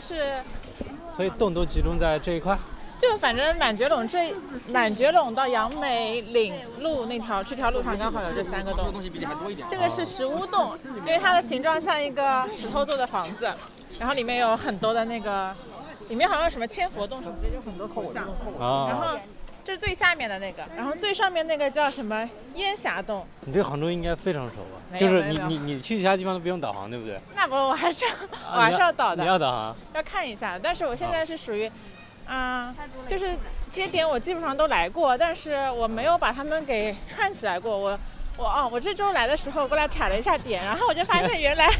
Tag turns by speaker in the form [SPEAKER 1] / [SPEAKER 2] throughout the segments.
[SPEAKER 1] 是
[SPEAKER 2] 所以洞都集中在这一块。
[SPEAKER 1] 就反正满觉陇这满觉陇到杨梅岭路那条这条路上刚好有这三个洞。
[SPEAKER 3] 东西比你还多一点。哦
[SPEAKER 1] 这个是石屋洞，因为它的形状像一个石头做的房子，然后里面有很多的那个，里面好像有什么千佛洞什么的，就很多口像。
[SPEAKER 3] 哦
[SPEAKER 1] 然
[SPEAKER 2] 啊，
[SPEAKER 1] 后这是最下面的那个，然后最上面那个叫什么烟霞洞？
[SPEAKER 2] 你对杭州应该非常熟吧？
[SPEAKER 1] 没有
[SPEAKER 2] 就是你
[SPEAKER 1] 没有
[SPEAKER 2] 你你去其他地方都不用导航，对不对？
[SPEAKER 1] 那不，我还是要
[SPEAKER 2] 啊
[SPEAKER 1] 我还是要导
[SPEAKER 2] 你
[SPEAKER 1] 的，
[SPEAKER 2] 要导航。
[SPEAKER 1] 要看一下。但是我现在是属于，啊、就是这些点我基本上都来过，但是我没有把它们给串起来过。我我哦，我这周来的时候过来踩了一下点，然后我就发现 原来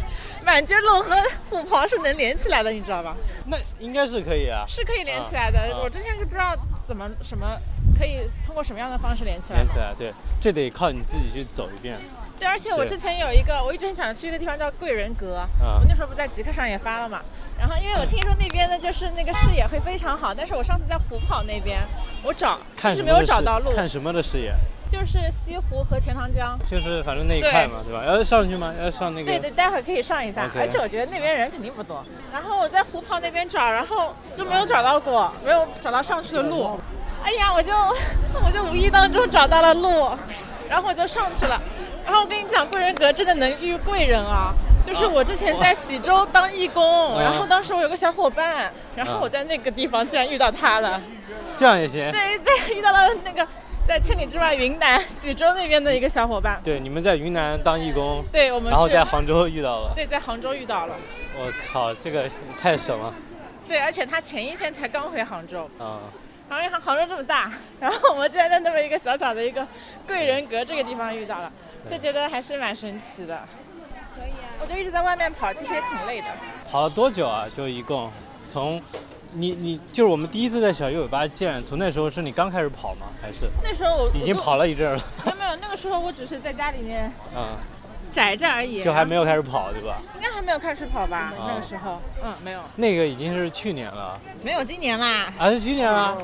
[SPEAKER 1] 满街弄和虎跑是能连起来的，你知道吧？
[SPEAKER 2] 那应该是可以啊，
[SPEAKER 1] 是可以连
[SPEAKER 2] 啊
[SPEAKER 1] 起来的
[SPEAKER 2] 啊。
[SPEAKER 1] 我之前是不知道怎么什么可以通过什么样的方式连起来
[SPEAKER 2] 连
[SPEAKER 1] 的
[SPEAKER 2] 起。来，对，这得靠你自己去走一遍。
[SPEAKER 1] 对，而且我
[SPEAKER 2] 对
[SPEAKER 1] 之前有一个，我一直很想去一个地方叫贵人阁，
[SPEAKER 2] 啊
[SPEAKER 1] 我那时候不在极客上也发了嘛。然后因为我听说那边的就是那个视野会非常好，但是我上次在虎跑那边，我找
[SPEAKER 2] 看
[SPEAKER 1] 一直
[SPEAKER 2] 什
[SPEAKER 1] 没
[SPEAKER 2] 么
[SPEAKER 1] 有
[SPEAKER 2] 的
[SPEAKER 1] 找
[SPEAKER 2] 视
[SPEAKER 1] 到路，
[SPEAKER 2] 看什么的视野，
[SPEAKER 1] 就是西湖和钱塘江。
[SPEAKER 2] 就是反正那一块嘛，对吧？要上去吗？要上那
[SPEAKER 1] 对
[SPEAKER 2] 个
[SPEAKER 1] 对，待会儿可以上一下
[SPEAKER 2] OK
[SPEAKER 1] 而且我觉得那边人肯定不多。然后我在虎跑那边找，然后就没有找到过，没有找到上去的路。哎呀，我就我就无意当中找到了路，然后我就上去了。然后我跟你讲，贵人阁真的能遇贵人啊！就是我之
[SPEAKER 2] 哦
[SPEAKER 1] 前在喜州当义工，
[SPEAKER 2] 哇
[SPEAKER 1] 然后当时我有个小伙伴，然后我
[SPEAKER 2] 嗯
[SPEAKER 1] 在那个地方竟然遇到他了。
[SPEAKER 2] 这样也行。
[SPEAKER 1] 对，在遇到了那个在千里之外云南喜州那边的一个小伙伴。
[SPEAKER 2] 对，你们在云南当义工，
[SPEAKER 1] 对，我们
[SPEAKER 2] 然后
[SPEAKER 1] 是
[SPEAKER 2] 在杭州遇到了，
[SPEAKER 1] 对在杭州遇到了。
[SPEAKER 2] 我靠，这个太神了
[SPEAKER 1] 对，而且他前一天才刚回杭州，
[SPEAKER 2] 啊！
[SPEAKER 1] 杭州杭州这么大， 然后我们竟然在那么一个小小的一个贵人阁这个地方遇到了，就觉得还是蛮神奇的。可以啊，我就一直在外面跑，其实也挺累的。
[SPEAKER 2] 跑了多久啊？就一共从你你就是我们第一次在小鱼尾巴见，从那时候是你刚开始跑吗？还是
[SPEAKER 1] 那时候我
[SPEAKER 2] 已经跑
[SPEAKER 1] 了，
[SPEAKER 2] 了一阵 儿了？
[SPEAKER 1] 没有没有，那个时候我只是在家里面
[SPEAKER 2] 啊，
[SPEAKER 1] 宅着而已，啊
[SPEAKER 2] 就还没啊有开始跑，对吧？
[SPEAKER 1] 应该还没有开始跑吧？那个时候，嗯，没有，
[SPEAKER 2] 那个已经是去年了，
[SPEAKER 1] 没有今年啦，
[SPEAKER 2] 啊，是去年吗？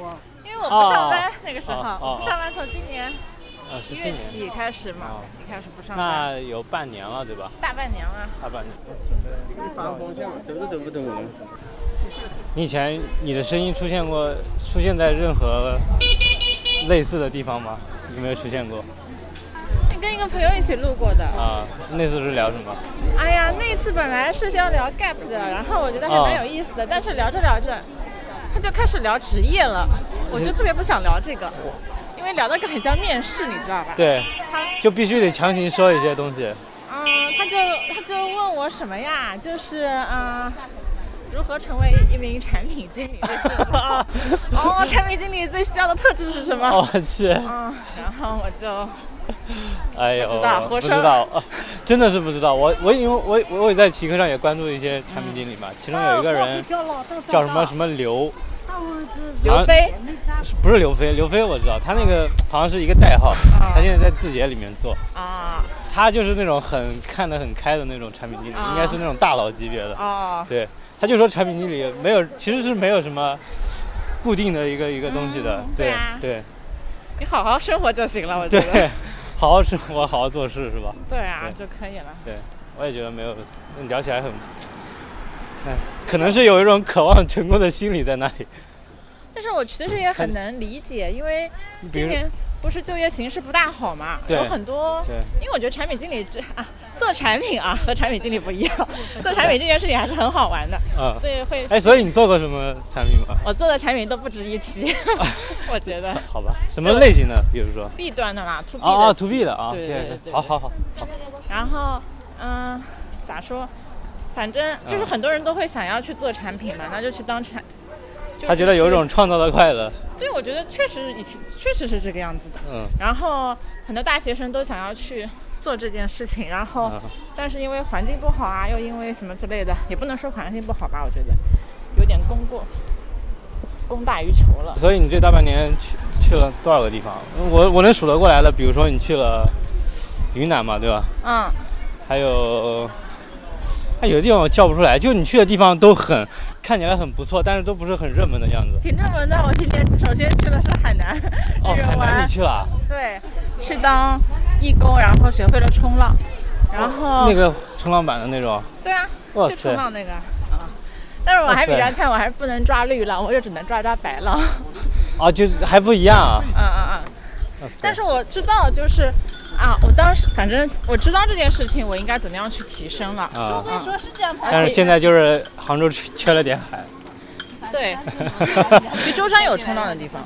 [SPEAKER 1] 因为我不上班、
[SPEAKER 2] 哦
[SPEAKER 1] 那个时候，
[SPEAKER 2] 哦哦
[SPEAKER 1] 我不上班从今年
[SPEAKER 2] 啊，是
[SPEAKER 1] 一
[SPEAKER 2] 去
[SPEAKER 1] 月
[SPEAKER 2] 年。
[SPEAKER 1] 底开始嘛
[SPEAKER 2] 哦，
[SPEAKER 1] 一开始不上班，
[SPEAKER 2] 那有半年了，对吧？
[SPEAKER 1] 大半年了。
[SPEAKER 2] 大半年。
[SPEAKER 3] 走着走着等我们。
[SPEAKER 2] 你以前你的声音出现过，出现在任何类似的地方吗？有没有出现过？
[SPEAKER 1] 跟一个朋友一起路过的，
[SPEAKER 2] 啊，那次是聊什么？
[SPEAKER 1] 哎呀，那次本来是要聊 gap 的，然后我觉
[SPEAKER 2] 哦
[SPEAKER 1] 得还蛮有意思的，但是聊着聊着，他就开始聊职业了，我就特别不想聊这个，因为聊的很像面试，你知道吧？
[SPEAKER 2] 对，
[SPEAKER 1] 他
[SPEAKER 2] 就必须得强行说一些东 西。
[SPEAKER 1] 嗯，他就他就问我什么呀，就是嗯、呃如何成为一名产品经理类似的 哦，产品经理最需要的特质是什么？
[SPEAKER 2] 我去，
[SPEAKER 1] 嗯，然后我就
[SPEAKER 2] 哎呦，
[SPEAKER 1] 不知道活
[SPEAKER 2] 不知
[SPEAKER 1] 生
[SPEAKER 2] 道，啊真的是不知道。我我因为我我我也在极客上也关注一些产品经理嘛，其中有一
[SPEAKER 1] 哦
[SPEAKER 2] 个人叫什么什么刘，
[SPEAKER 1] 刘飞，
[SPEAKER 2] 是不是刘飞，刘飞我知道，他那个好像是一个代号，他现在在字节里面做，
[SPEAKER 1] 啊
[SPEAKER 2] 他就是那种很看得很开的那种产品经理，
[SPEAKER 1] 啊
[SPEAKER 2] 应该是那种大佬级别的。
[SPEAKER 1] 哦，
[SPEAKER 2] 对，他就说产品经理没有，其实是没有什么固定的一个一个东西的，对
[SPEAKER 1] 对啊
[SPEAKER 2] 对
[SPEAKER 1] 你好好生活就行了，我觉得。
[SPEAKER 2] 对，好好生活，好好做事是吧？
[SPEAKER 1] 对啊，就
[SPEAKER 2] 对
[SPEAKER 1] 可以了。
[SPEAKER 2] 我也觉得没有，聊起来很，哎，可能是有一种渴望成功的心理在那里。
[SPEAKER 1] 但是我其实也很能理解，因为
[SPEAKER 2] 比
[SPEAKER 1] 今
[SPEAKER 2] 如，
[SPEAKER 1] 年不是就业形势不大好嘛，
[SPEAKER 2] 对
[SPEAKER 1] 有很多。
[SPEAKER 2] 对，
[SPEAKER 1] 因为我觉得产品经理这啊，做产品 啊和产品经理不一样，做产品这件事情还是很好玩 的，
[SPEAKER 2] 嗯，
[SPEAKER 1] 所以会。
[SPEAKER 2] 哎，所以你做过什么产品吗？
[SPEAKER 1] 我做的产品都不值一提， 我觉得
[SPEAKER 2] 好吧，什么类型的？比如说，
[SPEAKER 1] B 端的啦，to B 的。
[SPEAKER 2] 哦哦，to B 的啊，
[SPEAKER 1] 对
[SPEAKER 2] 这
[SPEAKER 1] 对
[SPEAKER 2] 个
[SPEAKER 1] 对
[SPEAKER 2] 是
[SPEAKER 1] 对。
[SPEAKER 2] 好好好，
[SPEAKER 1] 然后，嗯，咋说？反正就是
[SPEAKER 2] 嗯
[SPEAKER 1] 很多人都会想要去做产品嘛，那就去当产。就是
[SPEAKER 2] 他觉得有一
[SPEAKER 1] 去
[SPEAKER 2] 种创造的快乐，
[SPEAKER 1] 对，我觉得确实以前确实是这个样子的。
[SPEAKER 2] 嗯，
[SPEAKER 1] 然后很多大学生都想要去做这件事情，然后、
[SPEAKER 2] 嗯
[SPEAKER 1] 但是因为环境不好啊，又因为什么之类的，也不能说环境不好吧，我觉得有点供过供大于求了。
[SPEAKER 2] 所以你这大半年去去了多少个地方？我我能数得过来的，比如说你去了云南嘛，对吧？
[SPEAKER 1] 嗯，
[SPEAKER 2] 还有，还有的地方我叫不出来，就你去的地方都很看起来很不错，但是都不是很热门的样子。
[SPEAKER 1] 挺正门的。我今天首先去的是海南
[SPEAKER 2] 哦，
[SPEAKER 1] 日
[SPEAKER 2] 海
[SPEAKER 1] 游
[SPEAKER 2] 南
[SPEAKER 1] 玩
[SPEAKER 2] 你，去了啊？
[SPEAKER 1] 对，去当义工，然后学会了冲浪，然后、
[SPEAKER 2] 那个冲浪板的那种，
[SPEAKER 1] 对啊，
[SPEAKER 2] 哦哇
[SPEAKER 1] 就冲
[SPEAKER 2] 塞，
[SPEAKER 1] 浪那个啊。但是我还比
[SPEAKER 2] 哇塞
[SPEAKER 1] 原先我还是不能抓绿浪，我就只能抓抓白浪。
[SPEAKER 2] 啊，就是还不一样啊。
[SPEAKER 1] 嗯嗯嗯。
[SPEAKER 2] 哇塞
[SPEAKER 1] 但是我知道，就是啊，我当时反正我知道这件事情，我应该怎么样去提升了。
[SPEAKER 2] 啊，
[SPEAKER 4] 所以哎说是这样排
[SPEAKER 2] 但是现在就是杭州缺缺了点 海，
[SPEAKER 1] 对，其实舟山有冲浪的 地方，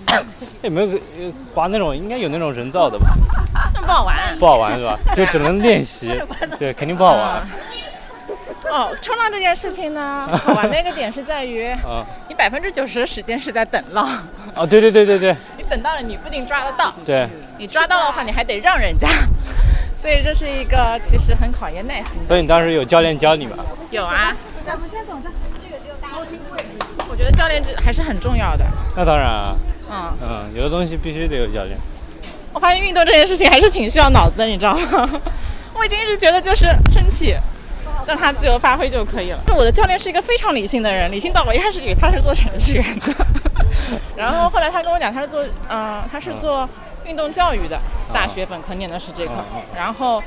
[SPEAKER 2] 有没有个呃划那种应该有那种人造的吧？
[SPEAKER 1] 那不好玩。
[SPEAKER 2] 不好玩是吧？就只能 练习，对，肯定不好
[SPEAKER 1] 啊
[SPEAKER 2] 玩
[SPEAKER 1] 哦，冲浪这件事情呢，好玩的一个点是在于，
[SPEAKER 2] 啊。
[SPEAKER 1] 你百分之九十的时间是在等浪，
[SPEAKER 2] 哦，对对对对对
[SPEAKER 1] 你等到了你不一定抓得到，
[SPEAKER 2] 对，
[SPEAKER 1] 你抓到的话你还得让人家， 所以这是一个其实很考验耐心的。
[SPEAKER 2] 所以你当时有教练教你吧？
[SPEAKER 1] 有啊，我觉得教练这还是很重要的。
[SPEAKER 2] 那当然啊，
[SPEAKER 1] 嗯，
[SPEAKER 2] 嗯，有的东西必须得有教练。
[SPEAKER 1] 我发现运动这件事情还是挺需要脑子的，你知道吗？ 我已经一直觉得就是身体。让他自由发挥就可以了。我的教练是一个非常理性的人，理性到我一开始以为他是做程序员的， 然后后来他跟我讲他是做，嗯、他是做运动教育的，大学本科念的是这块，
[SPEAKER 2] 嗯
[SPEAKER 1] 然后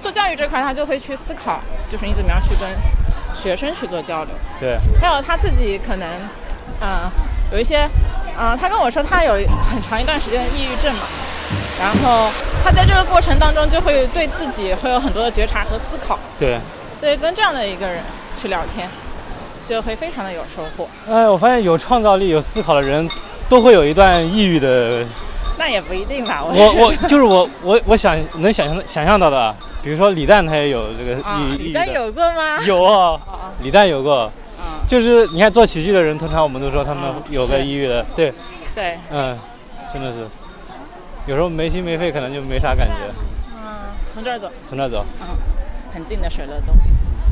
[SPEAKER 1] 做教育这块他就会去思考，就是你怎么样去跟学生去做交流。
[SPEAKER 2] 对，
[SPEAKER 1] 还有他自己可能，嗯、有一些，嗯、他跟我说他有很长一段时间的抑郁症嘛，然后他在这个过程当中就会对自己会有很多的觉察和思考，
[SPEAKER 2] 对，
[SPEAKER 1] 所以跟这样的一个人去聊天，就会非常的有收获。
[SPEAKER 2] 哎，我发现有创造力、有思考的人，都会有一段抑 郁的。
[SPEAKER 1] 那也不一定吧，我
[SPEAKER 2] 我我就是我我我想能想象想象到的啊，比如说李诞他也有这个
[SPEAKER 1] 啊
[SPEAKER 2] 抑，抑
[SPEAKER 1] 李
[SPEAKER 2] 郁
[SPEAKER 1] 诞
[SPEAKER 2] 的，
[SPEAKER 1] 有过吗？
[SPEAKER 2] 有啊，李诞有过。就是你看做喜剧的人，通常我们都说他们
[SPEAKER 1] 嗯
[SPEAKER 2] 有个
[SPEAKER 1] 是
[SPEAKER 2] 抑郁的，对，
[SPEAKER 1] 对，
[SPEAKER 2] 嗯，真的是，有时候没心没肺，可能就没啥感觉。
[SPEAKER 1] 嗯，从这儿走，
[SPEAKER 2] 从这儿走，
[SPEAKER 1] 很近的水乐洞，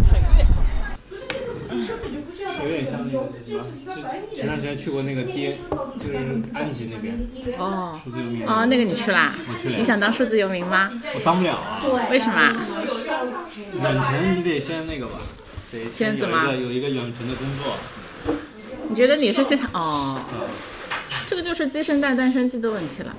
[SPEAKER 1] 水月。
[SPEAKER 2] 有点像那个什么，就前段时间去过那个滇，就是安吉那边，
[SPEAKER 1] 哦
[SPEAKER 2] 数字游民，
[SPEAKER 1] 哦，那个你去啦？
[SPEAKER 2] 我去了
[SPEAKER 1] 你想当数字游民吗？
[SPEAKER 2] 我当不了啊。
[SPEAKER 1] 为什么？
[SPEAKER 2] 远程你得先那个吧，得
[SPEAKER 1] 先
[SPEAKER 2] 有
[SPEAKER 1] 怎
[SPEAKER 2] 一
[SPEAKER 1] 么
[SPEAKER 2] 个有一个远程的工作。
[SPEAKER 1] 你觉得你是去哦？这个就是鸡生蛋，蛋生鸡的问题了。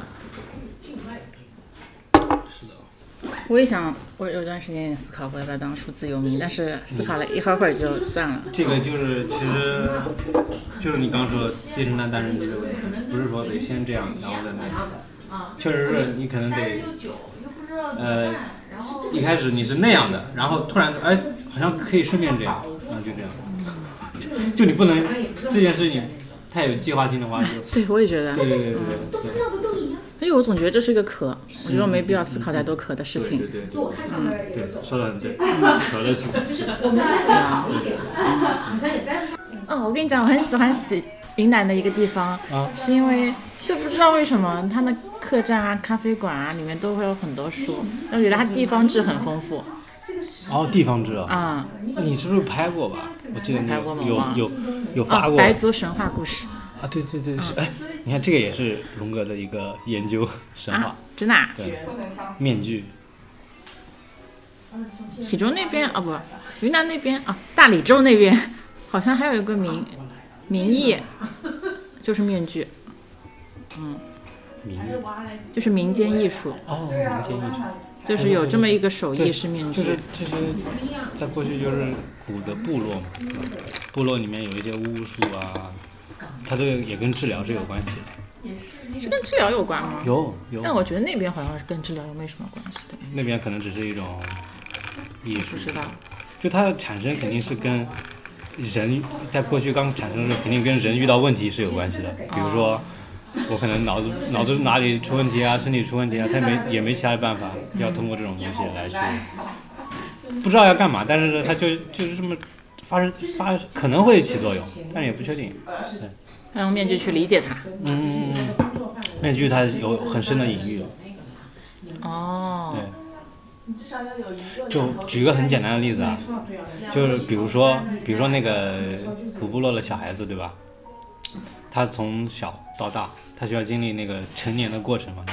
[SPEAKER 2] 是的，
[SPEAKER 1] 我也想，我有段时间也思考过要不要当数字游民，但是思考了一会儿会儿就算了。
[SPEAKER 2] 这个就是其实就是你刚说鸡生蛋，蛋生鸡的问题，不是说得先这样，然后再那样。确实是你可能得，呃，一开始你是那样的，然后突然哎，好像可以顺便这样，然后就这样。就嗯哎你不嗯能这件事情太有计划性的话，就
[SPEAKER 1] 对，我也觉得。
[SPEAKER 2] 对对对对对对。
[SPEAKER 1] 而且我总觉得这是一个壳，我觉得我没必要思考太多壳的事情。
[SPEAKER 2] 对对对，嗯，对，说的很对，说 的是，
[SPEAKER 1] 嗯，我跟你讲，我很喜欢喜云南的一个地方，
[SPEAKER 2] 啊
[SPEAKER 1] 是因为就不知道为什么它的客栈啊、咖啡馆啊里面都会有很多书，我觉得它地方志很丰富
[SPEAKER 2] 哦，地方志啊，
[SPEAKER 1] 啊。
[SPEAKER 2] 你是不是拍过吧？我记得你
[SPEAKER 1] 拍过吗忘了
[SPEAKER 2] 有有有
[SPEAKER 1] 啊
[SPEAKER 2] 发，过
[SPEAKER 1] 白族神话故事
[SPEAKER 2] 啊，对对对，是哎，你看这个也是龙哥的一个研究神话
[SPEAKER 1] 啊，，真的、啊。
[SPEAKER 2] 对，面具，
[SPEAKER 1] 喜洲那边啊，不，云南那边啊，大理州那边好像还有一个名名义，就是面具，嗯
[SPEAKER 2] 民艺
[SPEAKER 1] 就是民间艺术，
[SPEAKER 2] 哦，民间艺术，
[SPEAKER 1] 就是有这么一个手艺是面
[SPEAKER 2] 就是
[SPEAKER 1] 具。
[SPEAKER 2] 这些，在过去就是古的部落嘛，部落里面有一些巫术啊，它这个也跟治疗是有关系的，
[SPEAKER 1] 这跟治疗有关吗？
[SPEAKER 2] 有有，
[SPEAKER 1] 但我觉得那边好像是跟治疗又没什么关系的，
[SPEAKER 2] 那边可能只是一种艺术
[SPEAKER 1] 不，知道。
[SPEAKER 2] 就它的产生肯定是跟人在过去刚产生的时候，肯定跟人遇到问题是有关系的。比如说，我可能脑子脑子哪里出问题啊，身体出问题啊，他也没也没其他的办法，要通过这种东西来去，不知道要干嘛，但是他就就是这么发生发可能会起作用，但是也不确定。
[SPEAKER 1] 他用面具去理解它。
[SPEAKER 2] 嗯，那句它有很深的隐喻。
[SPEAKER 1] 哦，
[SPEAKER 2] 就举个很简单的例子啊，就是比如说，比如说那个古部落的小孩子，对吧？他从小到大，他需要经历那个成年的过程嘛。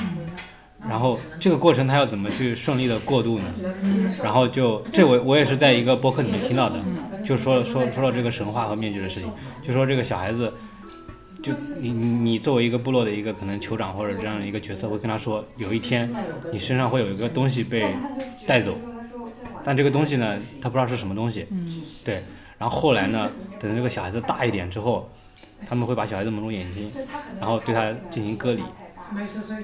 [SPEAKER 2] 然后这个过程他要怎么去顺利的过渡呢？然后就这我我也是在一个播客里面听到的，就说说说到这个神话和面具的事情，就说这个小孩子，就你你你作为一个部落的一个可能酋长或者这样的一个角色，会跟他说，有一天你身上会有一个东西被带走，但这个东西呢，他不知道是什么东西，对，然后后来呢，等这个小孩子大一点之后，他们会把小孩子蒙住眼睛，然后对他进行割礼。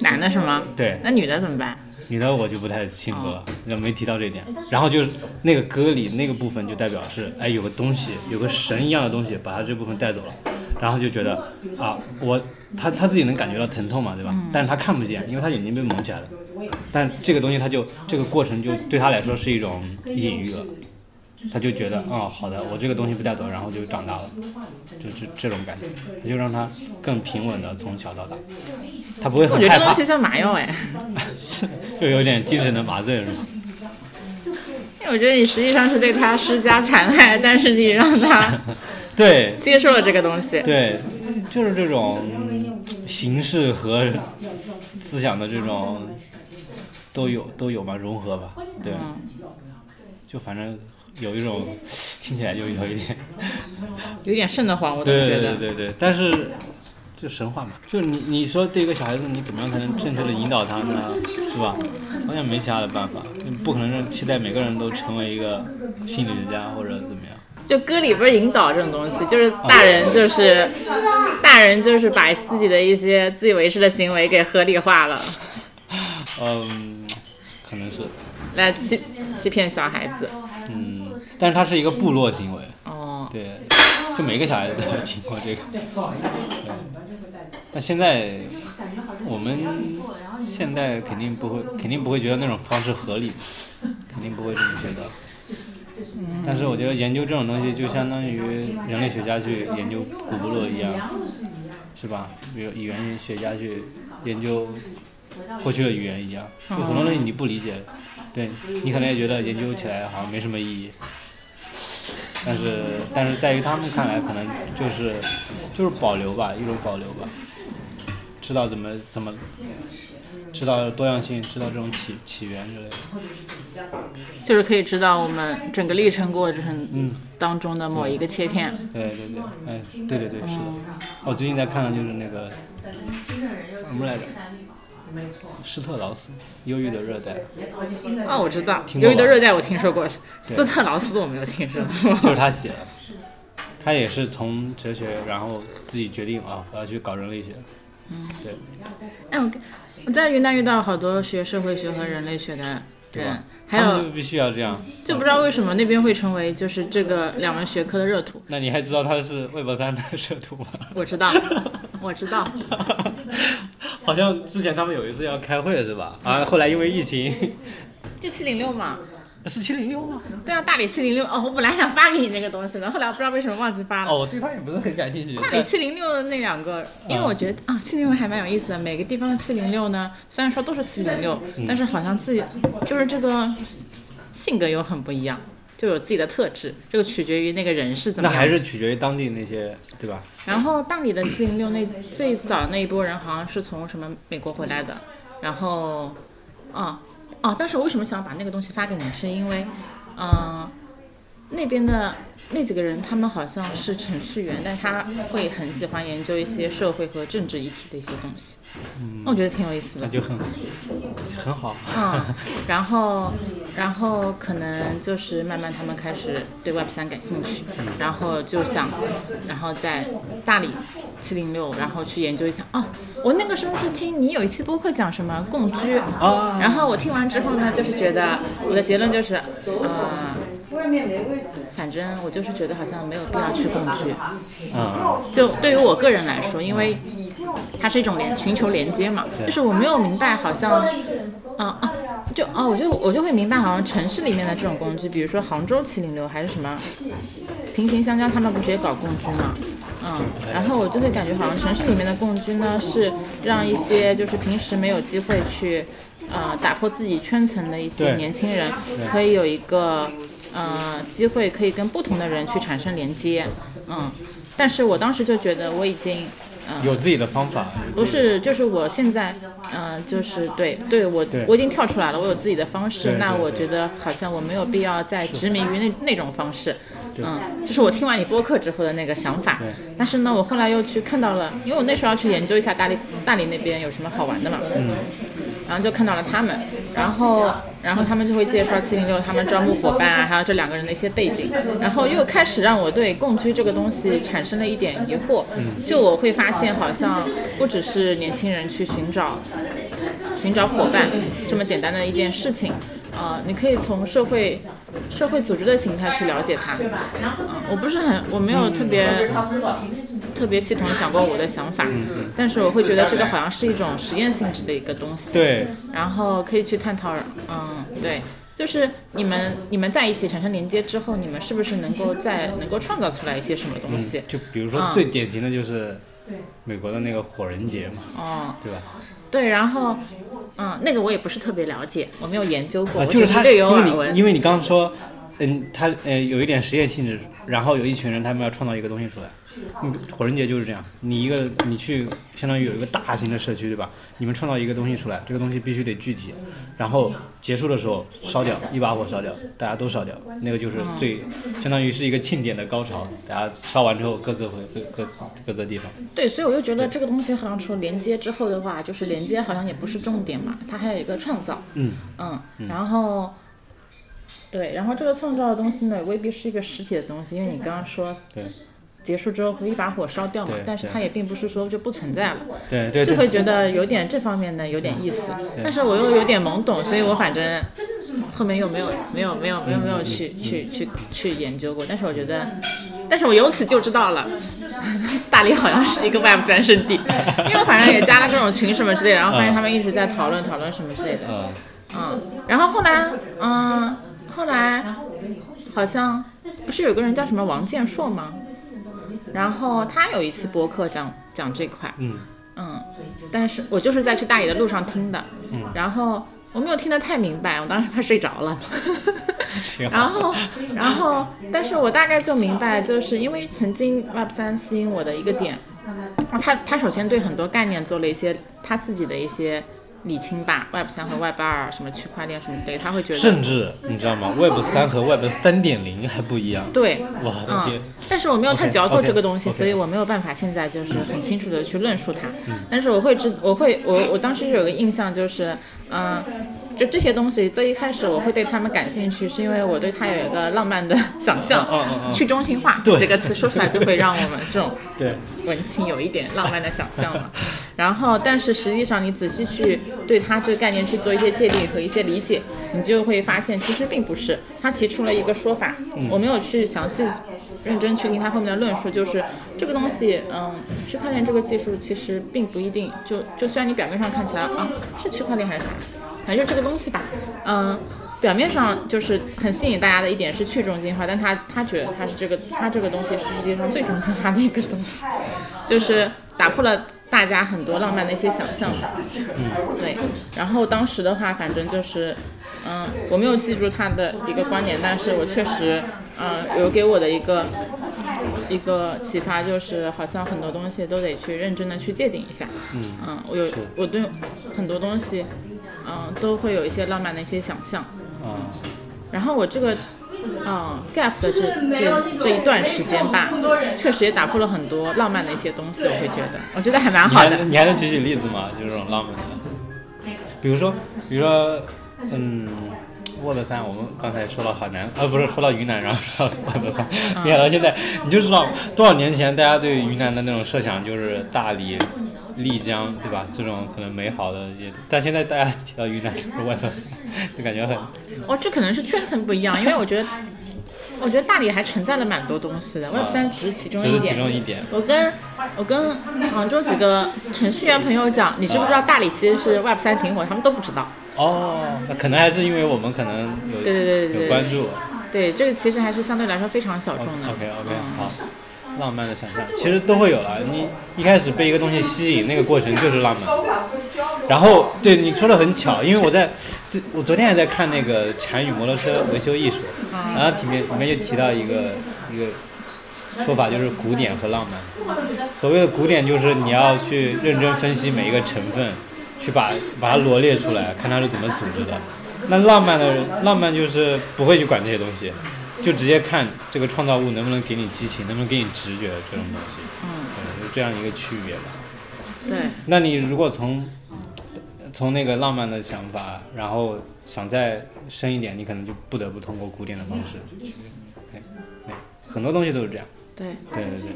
[SPEAKER 1] 男的是吗？
[SPEAKER 2] 对，
[SPEAKER 1] 那女的怎么办？
[SPEAKER 2] 女的我就不太清楚
[SPEAKER 1] 哦
[SPEAKER 2] 了，那没提到这一
[SPEAKER 1] 哎
[SPEAKER 2] 点。然后就是那个歌里那个部分，就代表是哎有个东西，有个神一样的东西把他这部分带走了，然后就觉得啊，我他他自己能感觉到疼痛嘛，对吧？
[SPEAKER 1] 嗯
[SPEAKER 2] 但是他看不见，因为他眼睛被蒙起来了。但这个东西他就这个过程就对他来说是一种隐喻了，他就觉得哦好的，我这个东西被带走，然后就长大了，就这这种感觉，他就让他更平稳的从小到大，他不会
[SPEAKER 1] 我
[SPEAKER 2] 很
[SPEAKER 1] 觉得
[SPEAKER 2] 害
[SPEAKER 1] 这
[SPEAKER 2] 怕
[SPEAKER 1] 东西。像麻药哎，
[SPEAKER 2] 就有点精神的麻醉是吗？
[SPEAKER 1] 因 为我觉得你实际上是对他施加残害，但是你让他
[SPEAKER 2] 对
[SPEAKER 1] 接受了这个东西。
[SPEAKER 2] 对，就是这种嗯形式和思想的这种都有都有嘛，融合吧，对，就反正有一种听起来就有一点，
[SPEAKER 1] 有点瘆得慌，我怎么
[SPEAKER 2] 对
[SPEAKER 1] 觉
[SPEAKER 2] 对
[SPEAKER 1] 得
[SPEAKER 2] 对？对对，但是。就神话嘛，就是你你说对一个小孩子，你怎么样才能正确的引导他呢？是吧？好像没其他的办法，你不可能让期待每个人都成为一个心理学家或者怎么样。
[SPEAKER 1] 就歌里边引导这种东西，就是大人就是大人就是把自己的一些自以为是的行为给合理化了，
[SPEAKER 2] 嗯，可能是。
[SPEAKER 1] 来欺欺骗小孩子。
[SPEAKER 2] 嗯，但是它是一个部落行为，
[SPEAKER 1] 哦，
[SPEAKER 2] 对， 就每个小孩子都要经过这个。对。但现在我们现在肯定不会，肯定不会觉得那种方式合 理，肯定不会这么觉得。嗯但是我觉得研究这种东西，就相当于人类学家去研究古部落一样，是吧？比如语言学家去研究过去的语言一样，有很多东西你不理解，对你可能也觉得研究起来好像没什么意义。但是，但是在于他们看来，可能就是就是保留吧，一种保留吧，知道怎么怎么，知道多样性，知道这种起起源之类的。
[SPEAKER 1] 就是可以知道我们整个历程过
[SPEAKER 2] 嗯
[SPEAKER 1] 程当中的某一个切片。
[SPEAKER 2] 对对对，哎，对对对，是的。我最近在看的就是那个什么来着，施特劳斯《忧郁的热带》，
[SPEAKER 1] 哦，我知道，
[SPEAKER 2] 听过
[SPEAKER 1] 由
[SPEAKER 2] 吧
[SPEAKER 1] 于的热带我听说过，斯特劳斯我没有听说
[SPEAKER 2] 就
[SPEAKER 1] 过。
[SPEAKER 2] 是他写的。他也是从哲学，然后自己决定啊，我要去搞人类学。对，
[SPEAKER 1] 哎，我我在云南遇到好多学社会学和人类学的
[SPEAKER 2] 对
[SPEAKER 1] 人
[SPEAKER 2] 吧，
[SPEAKER 1] 还
[SPEAKER 2] 他们
[SPEAKER 1] 有
[SPEAKER 2] 就必须要这样。
[SPEAKER 1] 就不知道为什么那边会成为就是这个两门学科的热土。
[SPEAKER 2] 那你还知道他是魏博三的社徒吗？
[SPEAKER 1] 我知 道，我知道。
[SPEAKER 2] 好像之前他们有一次要开会是 吧？啊，后来因为疫情，
[SPEAKER 1] 就七零六嘛，
[SPEAKER 2] 是七零六吗？
[SPEAKER 1] 对啊，大理七零六哦，我本来想发给你这个东西的，后来我不知道为什么忘记发了。
[SPEAKER 2] 哦，我对他也不是很感兴趣。
[SPEAKER 1] 大理七零六的那两个，因为我觉
[SPEAKER 2] 嗯
[SPEAKER 1] 得啊，七零六还蛮有意思的。每个地方的七零六呢，虽然说都是七零六，
[SPEAKER 2] 嗯
[SPEAKER 1] 但是好像自己就是这个性格又很不一样，就有自己的特质，这个取决于那个人是怎
[SPEAKER 2] 那
[SPEAKER 1] 么
[SPEAKER 2] 还
[SPEAKER 1] 样。
[SPEAKER 2] 是取决于当地那些，对吧？
[SPEAKER 1] 然后大理的七零六那最早那一波人好像是从什么美国回来的，然后，啊哦，当时我为什么想把那个东西发给你，是因为，嗯、那边的那几个人，他们好像是程序员，但他会很喜欢研究一些社会和政治议题的一些东西，嗯，我觉得挺有意思的
[SPEAKER 2] 那。就很很 好。
[SPEAKER 1] 嗯， 然后，然后可能就是慢慢他们开始对 Web 三感兴趣，然后就想，然后在大理七零六，然后去研究一下。哦，我那个时候是听你有一期播客讲什么共居，
[SPEAKER 2] 啊
[SPEAKER 1] 然后我听完之后呢，就是觉得我的结论就是，呃，反正我就是觉得好像没有必要去共居。
[SPEAKER 2] 嗯，
[SPEAKER 1] 就对于我个人来说，因为它是一种连寻求连接嘛，就是我没有明白，好像，啊、啊，就啊，我就我就会明白，好像城市里面的这种工具，比如说杭州七零六还是什么平行香蕉，他们不是也搞共居嘛，嗯，然后我就会感觉好像城市里面的共居呢，是让一些就是平时没有机会去，呃，打破自己圈层的一些
[SPEAKER 2] 对
[SPEAKER 1] 年轻人，可以有一个。呃，机会可以跟不同的人去产生连接，嗯，但是我当时就觉得我已经，嗯、
[SPEAKER 2] 有自己的方法。
[SPEAKER 1] 不是，就是我现在，嗯、就是对，对我
[SPEAKER 2] 对
[SPEAKER 1] 我已经跳出来了，我有自己的方式
[SPEAKER 2] 对，
[SPEAKER 1] 那
[SPEAKER 2] 对
[SPEAKER 1] 我
[SPEAKER 2] 对
[SPEAKER 1] 觉得好像我没有必要再执迷于那那种方式，嗯，这是我听完你播客之后的那个想法。但是呢，我后来又去看到了，因
[SPEAKER 2] 嗯
[SPEAKER 1] 为我那时候要去研究一下大理大理那边有什么好玩的嘛，然后就看到了他们，然后然后他们就会介绍七零六他们招募伙伴啊，还有这两个人的一些背景，然后又开始让我对共居这个东西产生了一点疑惑，就我会发现好像不只是年轻人去寻找寻找伙伴这么简单的一件事情，啊、你可以从社会社会组织的形态去了解它。呃我不是很，我没有特别、特别系统地想过我的想法，但是我会觉得这个好像是一种实验性质的一个东西。
[SPEAKER 2] 对，
[SPEAKER 1] 然后可以去探讨，嗯，对，就是你们你们在一起产生连接之后，你们是不是能够在能够创造出来一些什么东西？
[SPEAKER 2] 就比如说最典型的就是美国的那个火人节嘛，
[SPEAKER 1] 哦、
[SPEAKER 2] 对吧？
[SPEAKER 1] 对，然后，嗯，那个我也不是特别了解，我没有研究过，
[SPEAKER 2] 啊，
[SPEAKER 1] 我
[SPEAKER 2] 就
[SPEAKER 1] 只
[SPEAKER 2] 是他，
[SPEAKER 1] 略
[SPEAKER 2] 因
[SPEAKER 1] 有耳
[SPEAKER 2] 为你
[SPEAKER 1] 闻。
[SPEAKER 2] 因为你刚刚说，嗯，他呃有一点实验性质，然后有一群人他们要创造一个东西出来。嗯，火人节就是这样，你一个你去相当于有一个大型的社区，对吧？你们创造一个东西出来，这个东西必须得具体，然后结束的时候烧掉，一把火烧掉，大家都烧掉，那个就是
[SPEAKER 1] 嗯
[SPEAKER 2] 最、相当于是一个庆典的高潮，大家烧完之后各自回各各各自地方。
[SPEAKER 1] 对，所以我就觉得这个东西好像除了连接之后的话，就是连接好像也不是重点嘛，它还有一个创造。
[SPEAKER 2] 嗯
[SPEAKER 1] 嗯，然后。对，然后这个创造的东西呢，未必是一个实体的东西，因为你刚刚说
[SPEAKER 2] 对
[SPEAKER 1] 结束之后会一把火烧掉嘛
[SPEAKER 2] 对，
[SPEAKER 1] 但是
[SPEAKER 2] 对
[SPEAKER 1] 它也并不是说就不存在了。
[SPEAKER 2] 对对
[SPEAKER 1] 就
[SPEAKER 2] 对
[SPEAKER 1] 会觉得有点这方面的有点意思，但是我又有点懵懂，所以我反正后面又没有没有没有没有
[SPEAKER 2] 嗯
[SPEAKER 1] 没有去去去去研究过，但是我觉得，但是我由此就知道了， 大理好像是一个 Web 三圣 地，因为我反正也加了各种群什么之类的，然后发现他们一直在讨论讨论什么之类的，
[SPEAKER 2] 嗯，
[SPEAKER 1] 嗯，然后后来嗯后来好像不是有个人叫什么王建硕吗？然后他有一期播客讲讲这块，
[SPEAKER 2] 嗯
[SPEAKER 1] 嗯，但是我就是在去大理的路上听的，
[SPEAKER 2] 嗯
[SPEAKER 1] 然后我没有听得太明白，我当时快睡着了。
[SPEAKER 2] 挺
[SPEAKER 1] 然
[SPEAKER 2] 好。
[SPEAKER 1] 后，然后，但是我大概就明白，就是因为曾经 Web 三吸引我的一个点，他他首先对很多概念做了一些他自己的一些理清吧，Web 三和 Web 二什么区块链什么之类，他会觉得
[SPEAKER 2] 甚至你知道吗？Web 三和 Web 三点零还不一样。
[SPEAKER 1] 对，
[SPEAKER 2] 我的天
[SPEAKER 1] 嗯！，但是我没有太
[SPEAKER 2] OK，
[SPEAKER 1] 嚼透
[SPEAKER 2] OK，
[SPEAKER 1] 这个东西
[SPEAKER 2] OK
[SPEAKER 1] 所以我没有办法现在就是很清楚的去论述它。
[SPEAKER 2] 嗯
[SPEAKER 1] 但是我会知，我会我我当时有个印象就是，嗯、就这些东西，最一开始我会对他们感兴趣，是因为我对它有一个浪漫的想象，
[SPEAKER 2] 嗯嗯嗯
[SPEAKER 1] 去中心化
[SPEAKER 2] 对
[SPEAKER 1] 这个词说出来就会让我们这种
[SPEAKER 2] 对，
[SPEAKER 1] 文青有一点浪漫的想象嘛。 然后，但是实际上你仔细去对它这个概念去做一些界定和一些理解，你就会发现其实并不是。他提出了一个说法，我没有去详细认真去听他后面的论述，就是这个东西，嗯，区块链这个技术其实并不一定就就虽然你表面上看起来啊是区块链还是啥，反正就这个东西吧，嗯。表面上就是很吸引大家的一点是去中心化，但他他觉得他是这个他这个东西是世界上最中心化的一个东西， 就是打破了大家很多浪漫的一些想象。对。然后当时的话，反正就是，嗯，我没有记住他的一个观点，但是我确实，嗯，有给我的一个一个启发，就是好像很多东西都得去认真的去界定一下。嗯。我有我对很多东西，嗯，都会有一些浪漫的一些想象。
[SPEAKER 2] 嗯，
[SPEAKER 1] 然后我这个，嗯、gap 的这这这一段时间吧，确实也打破了很多浪漫的一些东西，我会觉得，我觉得还蛮
[SPEAKER 2] 你
[SPEAKER 1] 好
[SPEAKER 2] 还
[SPEAKER 1] 的。
[SPEAKER 2] 能你还能举举例子吗？就是这种浪漫的，比如说，比如说，嗯，Word 三，我们刚才说到海南，啊，不是说到云南，然后说到 Word 三，
[SPEAKER 1] 嗯
[SPEAKER 2] 没想到现在你就知道多少年前大家对云南的那种设想就是大理、丽江，对吧？这种可能美好的也，但现在大家提到云南就是 Word 三，就感觉很
[SPEAKER 1] 哦，这可能是圈层不一样，因为我觉得，我觉得大理还承载了蛮多东西的，Web 三只是其中
[SPEAKER 2] 只
[SPEAKER 1] 一
[SPEAKER 2] 是其
[SPEAKER 1] 点。
[SPEAKER 2] 中一点。
[SPEAKER 1] 我跟我跟杭州几个程序员朋友讲，你知不知道大理其实是 Web 三挺火，他们都不知道。
[SPEAKER 2] 哦，那可能还是因为我们可能有
[SPEAKER 1] 对对对对对
[SPEAKER 2] 有关注。
[SPEAKER 1] 对，这个其实还是相对来说非常小众的。
[SPEAKER 2] OK OK，
[SPEAKER 1] 嗯
[SPEAKER 2] 哦好，浪漫的想象其实都会有了。你一开始被一个东西吸引，那个过程就是浪漫。然后对你说的很巧，因为我在，这我昨天还在看那个《禅与摩托车维修艺术》，
[SPEAKER 1] 嗯
[SPEAKER 2] 然后里面里面就提到一个一个说法，就是古典和浪漫。所谓的古典就是你要去认真分析每一个成分，去把把它罗列出来，看它是怎么组织的。那浪漫的人，浪漫就是不会去管这些东西，就直接看这个创造物能不能给你激情，能不能给你直觉这种东西。嗯，对，就这样一个区别吧。
[SPEAKER 1] 对，
[SPEAKER 2] 那你如果从从那个浪漫的想法，然后想再深一点，你可能就不得不通过古典的方式去，那那很多东西都是这样。
[SPEAKER 1] 对，
[SPEAKER 2] 对对对，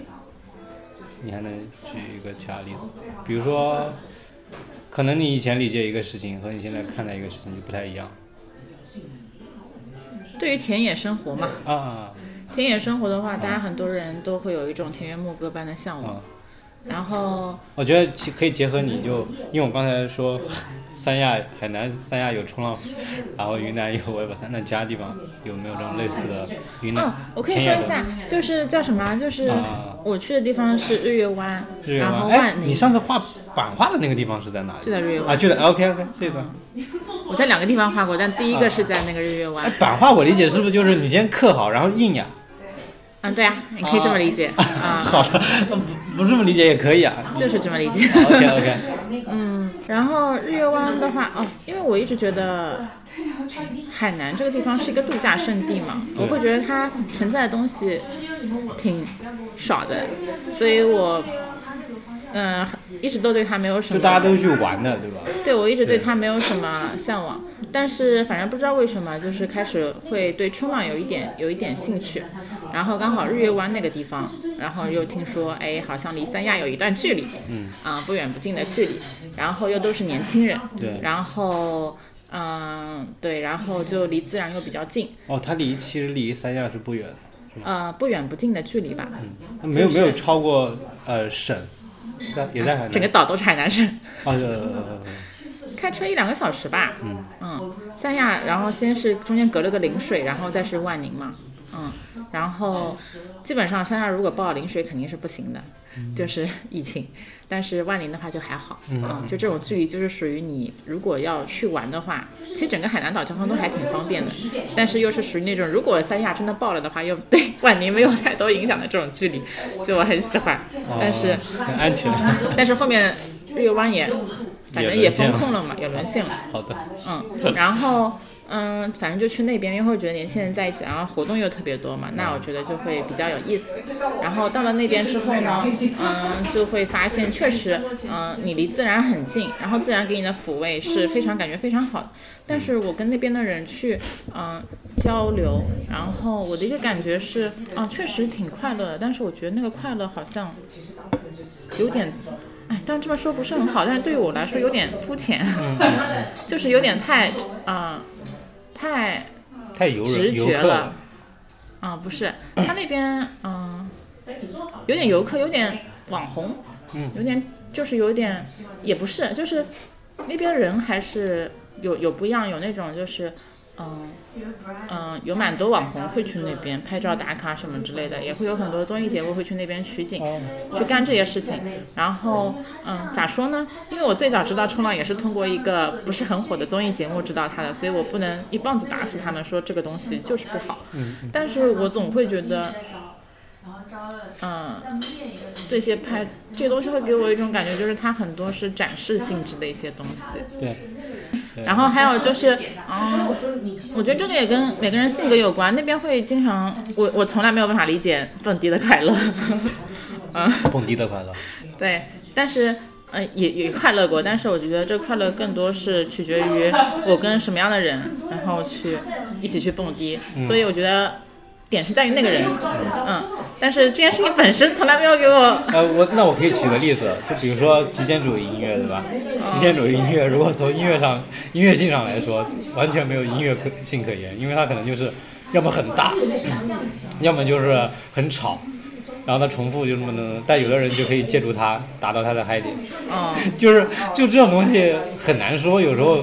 [SPEAKER 2] 你还能举一个其他例子，比如说，可能你以前理解一个事情和你现在看待一个事情就不太一样
[SPEAKER 1] 对于田野生活嘛，
[SPEAKER 2] 啊
[SPEAKER 1] 田野生活的话，大家很
[SPEAKER 2] 嗯
[SPEAKER 1] 多人都会有一种田园牧歌般的向往。
[SPEAKER 2] 啊！
[SPEAKER 1] 然后，
[SPEAKER 2] 我觉得其可以结合你就，因为我刚才说 三亚、海南、三亚有冲浪，然后云南有我也不三，那其他地方有没有这种类似的？
[SPEAKER 1] 嗯
[SPEAKER 2] 云南，
[SPEAKER 1] 我可以
[SPEAKER 2] 田
[SPEAKER 1] 说
[SPEAKER 2] 野
[SPEAKER 1] 一
[SPEAKER 2] 的嗯
[SPEAKER 1] 下，就是叫什么啊，就是
[SPEAKER 2] 啊
[SPEAKER 1] 我去的地方是日月湾，
[SPEAKER 2] 日月
[SPEAKER 1] 然后
[SPEAKER 2] 湾，哎
[SPEAKER 1] 万，
[SPEAKER 2] 你
[SPEAKER 1] 宁，
[SPEAKER 2] 上次画版画的那个地方是在哪
[SPEAKER 1] 就
[SPEAKER 2] 里？
[SPEAKER 1] 在日月湾。
[SPEAKER 2] 啊，就在 OK OK 这段。
[SPEAKER 1] 我在两个地方画过，但第
[SPEAKER 2] 啊
[SPEAKER 1] 一个是在那个日月湾
[SPEAKER 2] 哎。，版画我理解是不是就是你先刻好，然后印呀？
[SPEAKER 1] 嗯，对啊，你可以这么理解啊，
[SPEAKER 2] 好的，那不不这么理解也可以啊。
[SPEAKER 1] 就是这么理解。
[SPEAKER 2] OK OK，
[SPEAKER 1] 然后日月湾的话，哦，因为我一直觉得海南这个地方是一个度假胜地嘛，我会觉得它承载的东西挺少的，所以我嗯、呃一直都对它没有什
[SPEAKER 2] 就
[SPEAKER 1] 么，
[SPEAKER 2] 大家都去玩的，对吧？
[SPEAKER 1] 对我一直对它没有什么向往。但是反正不知道为什么，就是开始会对冲浪有一点有一点兴趣，然后刚好日月湾那个地方，然后又听说哎好像离三亚有一段距离，嗯啊、不远不近的距离，然后又都是年轻人，
[SPEAKER 2] 对
[SPEAKER 1] 然后嗯，对，然后就离自然又比较近，
[SPEAKER 2] 哦，它离其实离三亚是不远的，
[SPEAKER 1] 呃，不远不近的距离吧。
[SPEAKER 2] 它没有
[SPEAKER 1] 就
[SPEAKER 2] 没
[SPEAKER 1] 是
[SPEAKER 2] 有超过呃省，是吧也在海南。
[SPEAKER 1] 整个岛都是海南省，
[SPEAKER 2] 啊呃，
[SPEAKER 1] 开车一两个小时吧。嗯三亚，然后先是中间隔了个陵水，然后再是万宁嘛。嗯，然后基本上三亚如果报陵水肯定是不行的，就是疫情。但是万宁的话就还好，嗯，就这种距离就是属于你如果要去玩的话，其实整个海南岛交通都还挺方便的，但是又是属于那种如果三亚真的爆了的话，又对万宁没有太多影响的这种距离，所以我很喜欢。但是
[SPEAKER 2] 哦很 安全。
[SPEAKER 1] 但是后面日月湾也，反正也封控了嘛，也沦陷了。
[SPEAKER 2] 好的，
[SPEAKER 1] 嗯，然后嗯，反正就去那边，因为会觉得年轻人在一起，然后活动又特别多嘛，那我觉得就会比较有意思。然后到了那边之后呢，嗯，就会发现确实，嗯，你离自然很近，然后自然给你的抚慰是非常感觉非常好的。但是我跟那边的人去，嗯，交流，然后我的一个感觉是，啊，确实挺快乐的，但是我觉得那个快乐好像有点。哎，当然这么说不是很好，但是对于我来说有点肤浅。就是有点太，啊、太
[SPEAKER 2] 太游
[SPEAKER 1] 直
[SPEAKER 2] 人游
[SPEAKER 1] 觉
[SPEAKER 2] 客
[SPEAKER 1] 了，啊、不是，他那边，嗯、有点游客，有点网红，
[SPEAKER 2] 嗯，
[SPEAKER 1] 有点就是有点，也不是，就是那边人还是有有不一样，有那种就是，嗯、嗯、有蛮多网红会去那边拍照打卡什么之类的，也会有很多综艺节目会去那边取景，
[SPEAKER 2] 哦
[SPEAKER 1] 去干这些事情。然后，嗯，咋说呢？因为我最早知道冲浪也是通过一个不是很火的综艺节目知道它的，所以我不能一棒子打死他们说这个东西就是不好。但是我总会觉得，嗯，这些拍这些东西会给我一种感觉，就是它很多是展示性质的一些东西。
[SPEAKER 2] 对，
[SPEAKER 1] 然后还有就是，嗯，我觉得这个也跟每个人性格有关。那边会经常，我我从来没有办法理解蹦迪的快乐， 嗯
[SPEAKER 2] 蹦迪的快乐。
[SPEAKER 1] 对，但是。呃，也也快乐过，但是我觉得这快乐更多是取决于我跟什么样的人，然后去一起去蹦迪，所以我觉得点是在于那个人，嗯，但是这件事情本身从来没有给我
[SPEAKER 2] 呃，我那我可以举个例子，就比如说极简主义音乐，对吧？
[SPEAKER 1] 嗯
[SPEAKER 2] 极简主义音乐如果从音乐上音乐性上来说，完全没有音乐可性可言，因为它可能就是要么很大，
[SPEAKER 1] 嗯
[SPEAKER 2] 要么就是很吵，然后它重复就这么能，但有的人就可以借助它达到它的嗨点，
[SPEAKER 1] 嗯，
[SPEAKER 2] 就是就这种东 西很难说，有时候。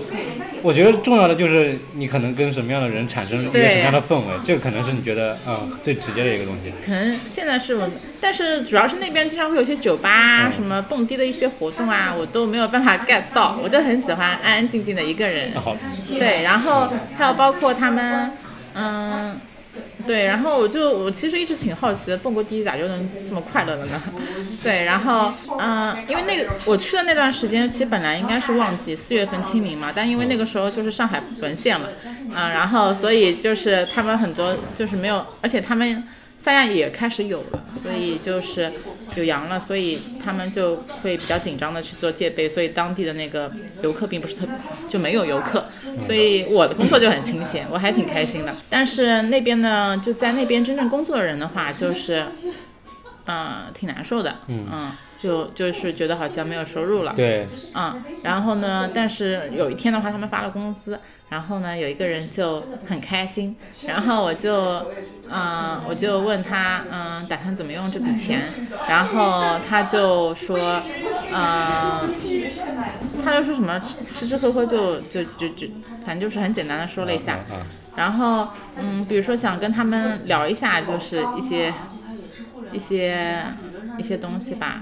[SPEAKER 2] 我觉得重要的就是你可能跟什么样的人产生一个
[SPEAKER 1] 对
[SPEAKER 2] 什么样的氛围，这个可能是你觉得嗯最直接的一个东西。
[SPEAKER 1] 可能现在是我，但是主要是那边经常会有一些酒吧、啊、什么蹦迪的一些活动啊，我都没有办法 get 到，我就很喜欢安安静静的一个人。
[SPEAKER 2] 好，
[SPEAKER 1] 对，然后还有包括他们，嗯，对，然后我就我其实一直挺好奇的，蹦过迪咋就能这么快乐了呢？对，然后嗯、因为那个我去的那段时间，其实本来应该是旺季，四月份清明嘛，但因为那个时候就是上海沦陷了，嗯、然后所以就是他们很多就是没有，而且他们。三亚也开始有了，所以就是有羊了，所以他们就会比较紧张的去做戒备，所以当地的那个游客并不是特就没有游客，所以我的工作就很清闲，我还挺开心的。但是那边呢，就在那边真正工作的人的话，就是嗯、呃挺难受的，嗯就就是觉得好像没有收入了，
[SPEAKER 2] 对，
[SPEAKER 1] 嗯，然后呢，但是有一天的话，他们发了工资，然后呢，有一个人就很开心，然后我就，嗯、我就问他，嗯、打算怎么用这笔钱，然后他就说，嗯、他就说什么吃吃吃喝喝就就就就，反正就是很简单的说了一下，
[SPEAKER 2] 嗯嗯
[SPEAKER 1] 然后，嗯，比如说想跟他们聊一下，就是一些一些一些东西吧。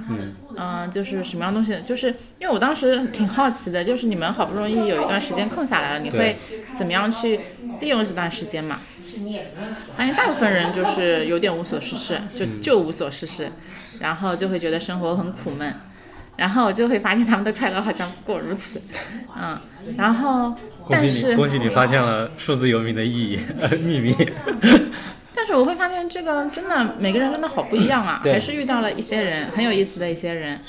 [SPEAKER 1] 嗯、就是什么样的东西，就是因为我当时挺好奇的，就是你们好不容易有一段时间空下来了，你会
[SPEAKER 2] 对
[SPEAKER 1] 怎么样去利用这段时间嘛？发现大部分人就是有点无所事事，就
[SPEAKER 2] 嗯
[SPEAKER 1] 就无所事事，然后就会觉得生活很苦闷。然后我就会发现他们的快乐好像不过如此，嗯，然后
[SPEAKER 2] 恭
[SPEAKER 1] 但
[SPEAKER 2] 喜
[SPEAKER 1] 是
[SPEAKER 2] 你，恭喜你发现了数字游民的意义呃秘密。
[SPEAKER 1] 但是我会发现，这个真的每个人真的好不一样啊！
[SPEAKER 2] 对
[SPEAKER 1] 还是遇到了一些人很有意思的一些人，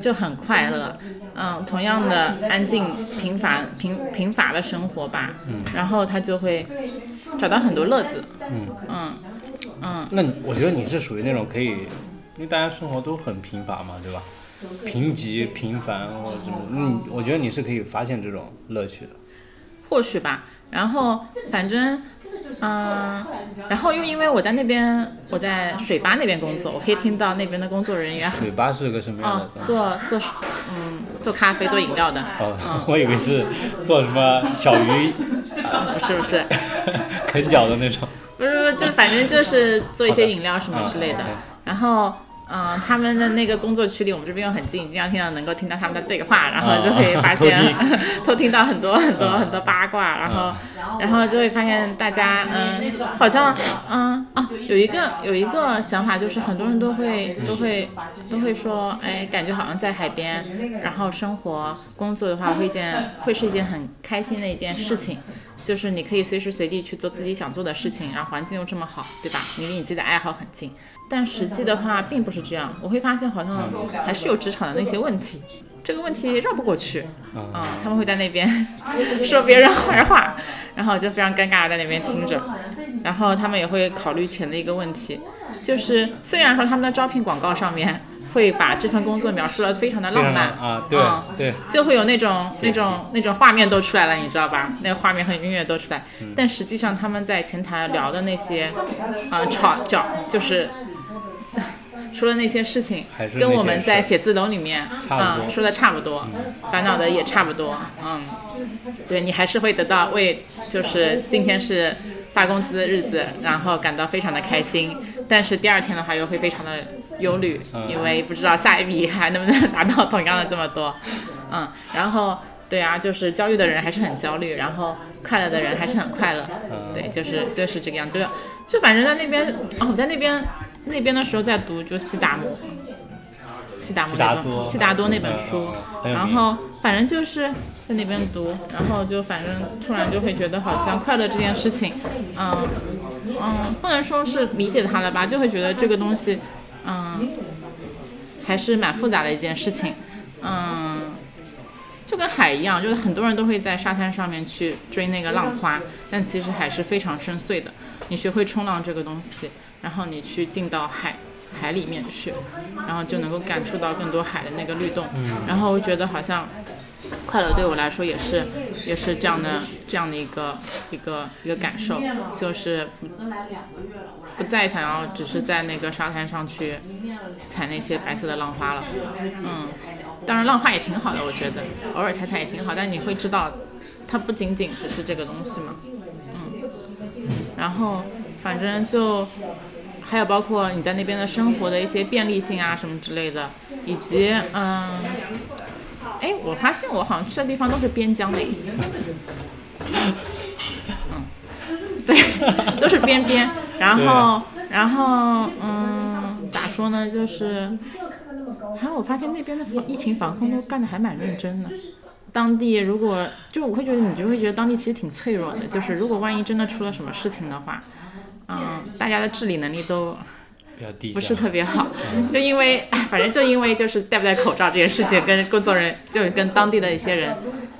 [SPEAKER 1] 就很快乐。嗯，同样的安静、平凡、平平乏的生活吧，
[SPEAKER 2] 嗯
[SPEAKER 1] 然后他就会找到很多乐子。嗯
[SPEAKER 2] 那你我觉得你是属于那种可以，因为大家生活都很平凡嘛，对吧？贫瘠、平凡或者什么，嗯，我觉得你是可以发现这种乐趣的。
[SPEAKER 1] 或许吧。然后反正，嗯、然后又因为我在那边，我在水吧那边工作，我可以听到那边的工作人员
[SPEAKER 2] 水吧是个什么样的
[SPEAKER 1] 哦
[SPEAKER 2] 东西？
[SPEAKER 1] 做做嗯做咖啡、做饮料的，
[SPEAKER 2] 哦，我以为是做什么小鱼
[SPEAKER 1] 嗯是不是？
[SPEAKER 2] 啃脚的那 种。
[SPEAKER 1] 不是，不是，就反正就是做一些饮料什么之类的
[SPEAKER 2] 好的嗯。
[SPEAKER 1] 然后，嗯、他们的那个工作区离我们这边又很近，经常听到能够听到他们的对话，然后就会发现、
[SPEAKER 2] 偷
[SPEAKER 1] 偷听到很多很多、很多八卦，然后，然后就会发现大家，嗯，好像，嗯，啊，有一个有一个想法就是很多人都会都会都会说，哎，感觉好像在海边，然后生活工作的话会一件会是一件很开心的一件事情。就是你可以随时随地去做自己想做的事情，然后环境又这么好，对吧？你离你自己的爱好很近。但实际的话，并不是这样。我会发现，好像还是有职场的那些问题，这个问题绕不过去。嗯，他们会在那边 说别人坏话，然后我就非常尴尬地在那边听着。然后他们也会考虑钱的一个问题，就是虽然说他们的招聘广告上面会把这份工作描述得非常的浪漫
[SPEAKER 2] 啊，对
[SPEAKER 1] 嗯
[SPEAKER 2] 对，
[SPEAKER 1] 就会有那种那种那种画面都出来了，你知道吧？那个画面和音乐都出来，
[SPEAKER 2] 嗯
[SPEAKER 1] 但实际上他们在前台聊的那些，啊、吵吵就是。 说的那些事情
[SPEAKER 2] 还是，那些
[SPEAKER 1] 跟我们在
[SPEAKER 2] 事
[SPEAKER 1] 写字楼里面，
[SPEAKER 2] 差不
[SPEAKER 1] 嗯、
[SPEAKER 2] 多嗯
[SPEAKER 1] 说的差不多，烦恼的也差不多，嗯，对你还是会得到为就是今天是发工资的日子，然后感到非常的开心，但是第二天的话又会非常的忧虑，
[SPEAKER 2] 嗯
[SPEAKER 1] 因为不知道下一笔还能不能拿到同样的这么多，嗯，然后对啊，就是焦虑的人还是很焦虑，然后快乐的人还是很快乐，
[SPEAKER 2] 嗯
[SPEAKER 1] 对，就是就是这个样子，就就反正在那边，哦，我在那边那边的时候在读就悉达姆。悉达姆
[SPEAKER 2] 悉
[SPEAKER 1] 那
[SPEAKER 2] 达
[SPEAKER 1] 本
[SPEAKER 2] 多
[SPEAKER 1] 悉达多那本
[SPEAKER 2] 嗯
[SPEAKER 1] 书
[SPEAKER 2] 嗯，很有
[SPEAKER 1] 然
[SPEAKER 2] 名
[SPEAKER 1] 后反正就是在那边读，然后就反正突然就会觉得好像快乐这件事情，嗯嗯，不能说是理解它了吧，就会觉得这个东西，嗯，还是蛮复杂的一件事情，嗯。就跟海一样，就是很多人都会在沙滩上面去追那个浪花，但其实海是非常深邃的。你学会冲浪这个东西，然后你去进到海海里面去，然后就能够感受到更多海的那个律动。然后我觉得好像快乐对我来说也是也是这样的这样的一个一个一个感受，就是不不再想要只是在那个沙滩上去踩那些白色的浪花了。嗯，当然浪花也挺好的，我觉得偶尔踩踩也挺好，但你会知道它不仅仅只是这个东西嘛。嗯然后反正就还有包括你在那边的生活的一些便利性啊什么之类的，以及嗯，哎，我发现我好像去的地方都是边疆的，嗯，对， 都是边边，然后然后嗯，咋说呢，就是。还有，我发现那边的防疫情防控都干得还蛮认真的。当地如果就我会觉得你就会觉得当地其实挺脆弱的，就是如果万一真的出了什么事情的话，嗯，大家的治理能力都
[SPEAKER 2] 比较低下，
[SPEAKER 1] 不是特别好，就因为哎反正就因为就是戴不戴口罩这件事情，跟工作人员就是跟当地的一些人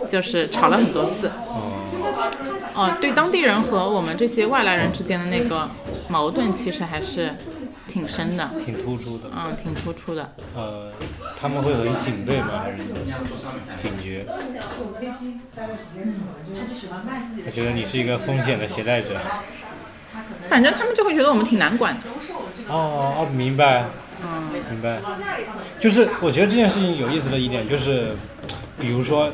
[SPEAKER 1] 就是吵了很多次。哦，对当地人和我们这些外来人之间的那个矛盾，其实还是挺深的，
[SPEAKER 2] 挺突出的。
[SPEAKER 1] 嗯，挺突出的。
[SPEAKER 2] 呃，他们会很警备吗？还是怎么样警觉？我觉得你是一个风险的携带者。
[SPEAKER 1] 反正他们就会觉得我们挺难管的。
[SPEAKER 2] 哦哦，明白，明白。就是我觉得这件事情有意思的一点就是，比如说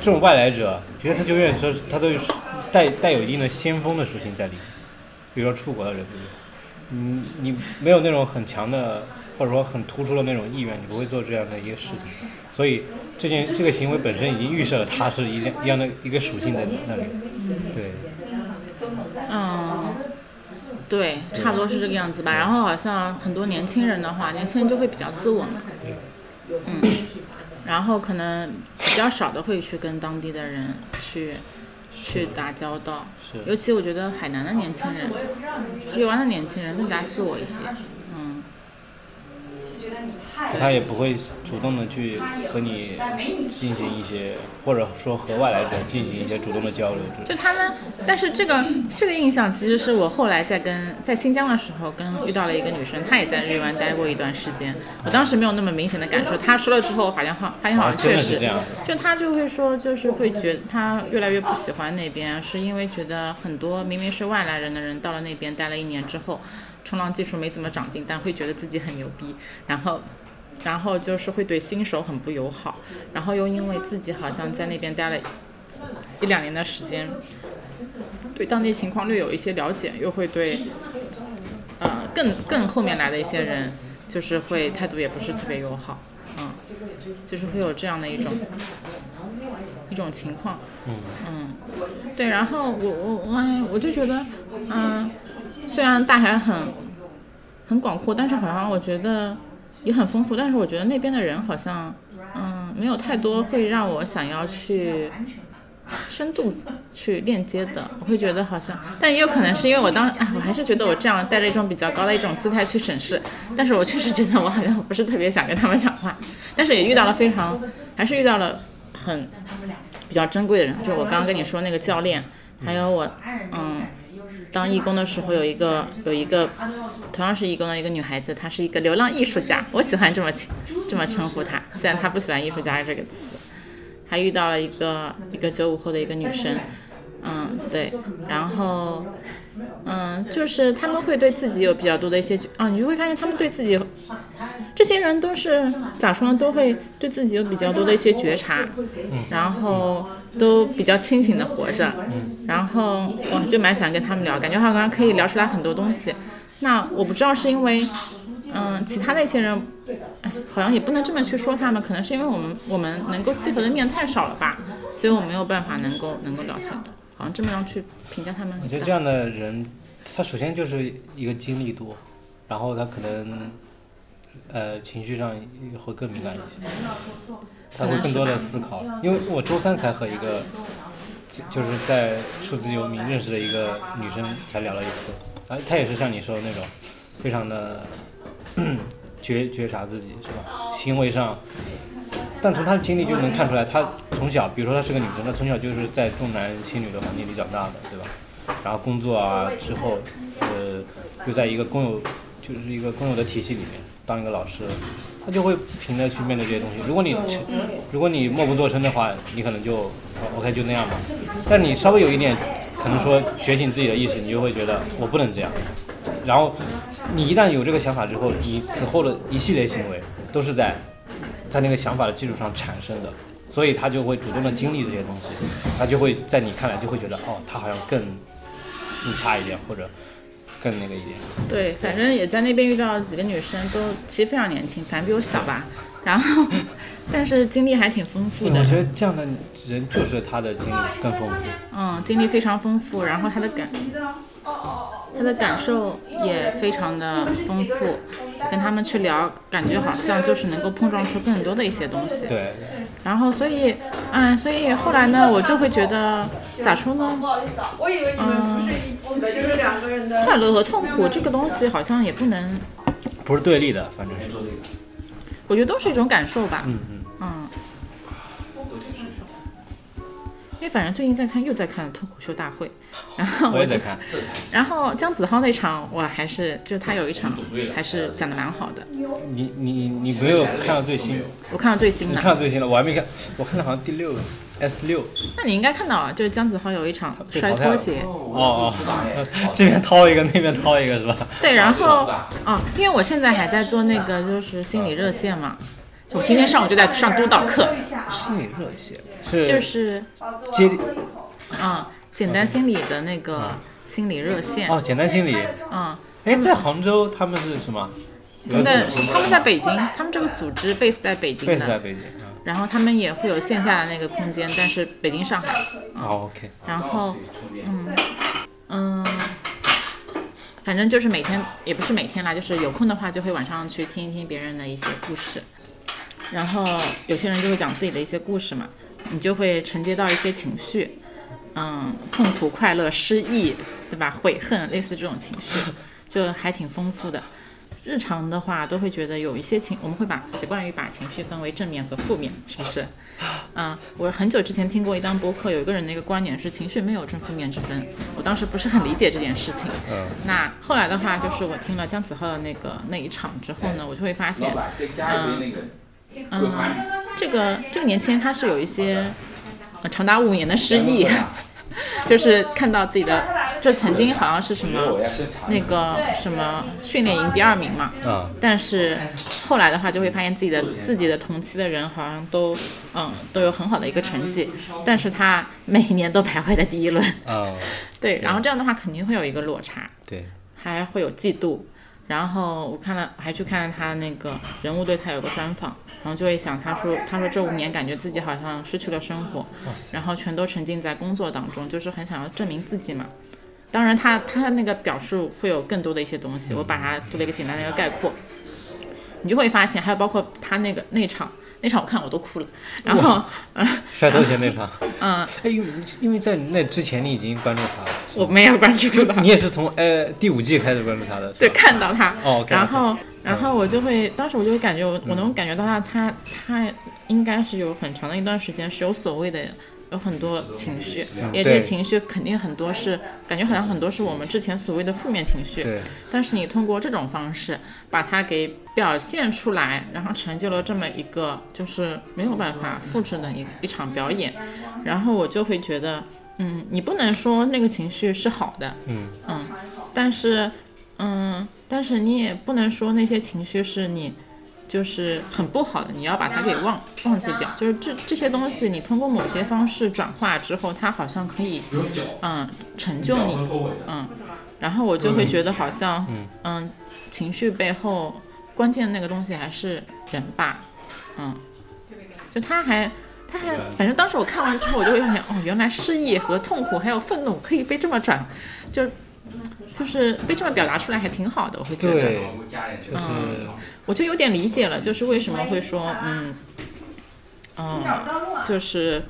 [SPEAKER 2] 这种外来者，其实他就愿意说他都有带带有一定的先锋的属性在里面。比如说出国的人，对不对？嗯，你没有那种很强的或者说很突出的那种意愿，你不会做这样的一个事情。所以这件这个行为本身已经预设了他是一样一样的一个属性在那里。对，
[SPEAKER 1] 嗯，对，差不多是这个样子吧。然后好像很多年轻人的话，年轻人就会比较自我嘛，
[SPEAKER 2] 对
[SPEAKER 1] 嗯，然后可能比较少的会去跟当地的人去去打交道，
[SPEAKER 2] 是。
[SPEAKER 1] 尤其我觉得海南的年轻人，台湾的年轻人更加自我一些，嗯，
[SPEAKER 2] 他也不会主动的去和你进行一些，或者说和外来者进行一些主动的交流。这
[SPEAKER 1] 就他们，但是这个这个印象其实是我后来在跟在新疆的时候跟遇到了一个女生，她也在日月湾待过一段时间。我当时没有那么明显的感受，她说了之后，我发现好发现好
[SPEAKER 2] 啊，
[SPEAKER 1] 像
[SPEAKER 2] 真
[SPEAKER 1] 确
[SPEAKER 2] 的
[SPEAKER 1] 实
[SPEAKER 2] 是这，样。
[SPEAKER 1] 就她就会说，就是会觉她越来越不喜欢那边，是因为觉得很多明明是外来人的人到了那边待了一年之后，冲浪技术没怎么长进，但会觉得自己很牛逼，然后。然后就是会对新手很不友好，然后又因为自己好像在那边待了一两年的时间，对当地情况略有一些了解，又会对，呃，更更后面来的一些人，就是会态度也不是特别友好，嗯，就是会有这样的一种一种情况，
[SPEAKER 2] 嗯
[SPEAKER 1] 对，然后我我我哎我就觉得，嗯、虽然大海很很广阔，但是好像我觉得也很丰富，但是我觉得那边的人好像，嗯、没有太多会让我想要去深度去链接的，我会觉得好像，但也有可能是因为我当，哎，我还是觉得我这样带着一种比较高的一种姿态去审视，但是我确实觉得我好像不是特别想跟他们讲话， 但是也遇到了非常，还是遇到了很比较珍贵的人，就我刚刚跟你说那个教练，还有我，嗯。当义工的时候，有一个有一个同样是义工的一个女孩子，她是一个流浪艺术家，我喜欢这么起这么称呼她，虽然她不喜欢“艺术家”这个词。还遇到了一个一个九五后的一个女生，嗯，对，然后，嗯，就是他们会对自己有比较多的一些啊，你就会发现他们对自己，这些人都是咋说呢，都会对自己有比较多的一些觉察，
[SPEAKER 2] 嗯
[SPEAKER 1] 然后都比较清醒的活着，
[SPEAKER 2] 嗯
[SPEAKER 1] 然后我就蛮喜欢跟他们聊，感觉好像可以聊出来很多东西。那我不知道是因为，嗯，其他的一些人哎好像也不能这么去说他们，可能是因为我们我们能够契合的面太少了吧，所以我没有办法能够能够聊太多，好像这么样去评价他们。
[SPEAKER 2] 我觉得这样的人，他首先就是一个经历多，然后他可能，呃，情绪上会更敏感一些，他会更多的思考。因为我周三才和一个，就是在数字游民认识的一个女生才聊了一次，啊，她也是像你说的那种，非常的 觉觉察自己是吧？行为上。但从她的经历就能看出来，她从小，比如说她是个女生，她从小就是在重男轻女的环境里长大的，对吧？然后工作啊之后，呃，又在一个公有，就是一个公有的体系里面当一个老师，他就会凭着去面对这些东西。如果你成如果你默不作声的话，你可能就哦 OK 就那样吧。但你稍微有一点，可能说觉醒自己的意识，你就会觉得我不能这样。然后你一旦有这个想法之后，你此后的一系列行为都是在在那个想法的基础上产生的，所以他就会主动的经历这些东西，他就会在你看来就会觉得哦，他好像更自洽一点，或者更那个一点。
[SPEAKER 1] 对，反正也在那边遇到几个女生，都其实非常年轻，反正比我小 吧，然后但是经历还挺丰富的
[SPEAKER 2] 嗯我，觉得这样的人就是他的经历更丰富。
[SPEAKER 5] 哦
[SPEAKER 1] 嗯，经历非常丰富，然后她的感，他的感受也非常的丰富，跟他们去聊，感觉好像就是能够碰撞出更多的一些东西。
[SPEAKER 2] 对，
[SPEAKER 1] 然后，所以，嗯，所以后来呢，我就会觉得咋说呢？嗯
[SPEAKER 5] 我以为你们不是一起的，就是两个人的。
[SPEAKER 1] 快乐和痛苦这个东西好像也不能，
[SPEAKER 2] 不是对立的，反正是。
[SPEAKER 1] 我觉得都是一种感受吧。
[SPEAKER 2] 嗯嗯，
[SPEAKER 1] 嗯。因为反正最近在看，又在看《脱口秀大 会》，然后
[SPEAKER 2] 我也
[SPEAKER 1] 就
[SPEAKER 2] 在看。
[SPEAKER 1] 然后姜子浩那场，我还是就他有一场还是讲的蛮好的，
[SPEAKER 2] 你你你没有看到最新？
[SPEAKER 1] 我看到最新
[SPEAKER 2] 你
[SPEAKER 1] 的
[SPEAKER 2] 看。到最新了？我还没看，我看到好像第六 S 六。
[SPEAKER 1] 那你应该看到了，就是姜子浩有一场
[SPEAKER 2] 被
[SPEAKER 1] 摔
[SPEAKER 2] 淘汰
[SPEAKER 1] 拖
[SPEAKER 2] 了
[SPEAKER 1] 鞋，
[SPEAKER 2] 哦哦，这边掏一个，那边掏一个是吧？
[SPEAKER 1] 对，然后啊，因为我现在还在做那个就是心理热线嘛，我今天上午就在上督导课，
[SPEAKER 2] 心理热线是
[SPEAKER 1] 就是
[SPEAKER 2] 接力
[SPEAKER 1] 啊，简单心理的那个心理热线，
[SPEAKER 2] 哦，简单心理。
[SPEAKER 1] 啊，
[SPEAKER 2] 哎，在杭州他们是什么？
[SPEAKER 1] 他
[SPEAKER 2] 有
[SPEAKER 1] 们
[SPEAKER 2] 组
[SPEAKER 1] 的
[SPEAKER 2] 织
[SPEAKER 1] 他们在北京，他们这个组织 base 在北京
[SPEAKER 2] 贝斯在
[SPEAKER 1] 的，
[SPEAKER 2] 北京啊。
[SPEAKER 1] 然后他们也会有线下的那个空间，但是北京、上海，
[SPEAKER 2] 哦，OK，
[SPEAKER 1] 然后，嗯，嗯，反正就是每天也不是每天啦，就是有空的话就会晚上去听一听别人的一些故事，然后有些人就会讲自己的一些故事嘛，你就会承接到一些情绪，嗯，痛苦、快乐、失意，对吧？悔恨，类似这种情绪，就还挺丰富的。日常的话，都会觉得有一些情，我们会把习惯于把情绪分为正面和负面，是不是？啊，我很久之前听过一档播客，有一个人的一个观点是情绪没有正负面之分，我当时不是很理解这件事情。
[SPEAKER 2] 嗯，
[SPEAKER 1] 那后来的话，就是我听了姜子浩的那个那一场之后呢，我就会发现，嗯，这个这个年轻人他是有一些、呃长达五年的失忆，就是看到自己的，就曾经好像是什么那个什么训练营第二名嘛，
[SPEAKER 2] 啊，
[SPEAKER 1] 但是后来的话，就会发现自己的自己的同期的人好像都嗯都有很好的一个成绩，但是他每年都徘徊在第一轮，
[SPEAKER 2] 啊，
[SPEAKER 1] 对，然后这样的话肯定会有一个落差，
[SPEAKER 2] 对，
[SPEAKER 1] 还会有嫉妒。然后我看了，还去看了他那个人物对他有个专访，然后就会想，他说，他说这五年感觉自己好像失去了生活，然后全都沉浸在工作当中，就是很想要证明自己嘛。当然他，他那个表述会有更多的一些东西，我把它做了一个简单的一个概括，你就会发现，还有包括他那个那场那场我看我都哭了，然后呃
[SPEAKER 2] 摔头鞋那场。
[SPEAKER 1] 嗯，
[SPEAKER 2] 哎，因为因为在那之前你已经关注他了，
[SPEAKER 1] 我没有关注
[SPEAKER 2] 就
[SPEAKER 1] 到
[SPEAKER 2] 你，也是从呃第五季开始关注他的，是
[SPEAKER 1] 对，
[SPEAKER 2] 吧
[SPEAKER 1] 看到他，
[SPEAKER 2] 哦，OK，OK
[SPEAKER 1] 然后然后我就会，当时我就会感觉我我能感觉到他他他应该是有很长的一段时间是有所谓的。有很多情绪，也这
[SPEAKER 2] 对
[SPEAKER 1] 些情绪肯定很多是感觉好像很多是我们之前所谓的负面情绪，
[SPEAKER 2] 对，
[SPEAKER 1] 但是你通过这种方式把它给表现出来，然后成就了这么一个就是没有办法复制的一一场表演，然后我就会觉得，嗯，你不能说那个情绪是好的，
[SPEAKER 2] 嗯
[SPEAKER 1] 嗯，但是嗯，但是你也不能说那些情绪是你就是很不好的，你要把它给忘忘记掉。就是这这些东西，你通过某些方式转化之后，它好像可以嗯成就你，嗯，然后我就会觉得好像嗯情绪背后关键那个东西还是人吧，嗯，就他还。他还，反正当时我看完之后，我就会想，哦，原来失意和痛苦还有愤怒可以被这么转，就是就是被这么表达出来，还挺好的，我会觉得。
[SPEAKER 2] 对，就是
[SPEAKER 1] 我就有点理解了，就是为什么会说，嗯，嗯，就是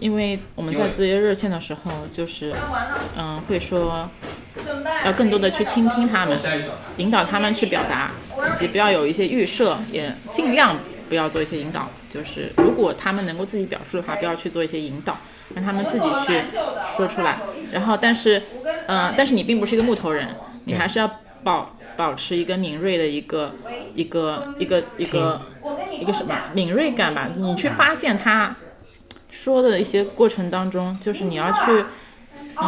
[SPEAKER 1] 因为我们在做热线的时候，就是嗯，会说要更多的去倾听他们，引导他们去表达，以及不要有一些预设，也尽量不要做一些引导。就是如果他们能够自己表述的话，不要去做一些引导，让他们自己去说出来。然后，但是，嗯、但是你并不是一个木头人，你还是要保保持一个敏锐的一个一个一个一个一个什么敏锐感
[SPEAKER 6] 哦
[SPEAKER 1] 吧，你去发现他说的一些过程当中，就是你要去。
[SPEAKER 6] 哦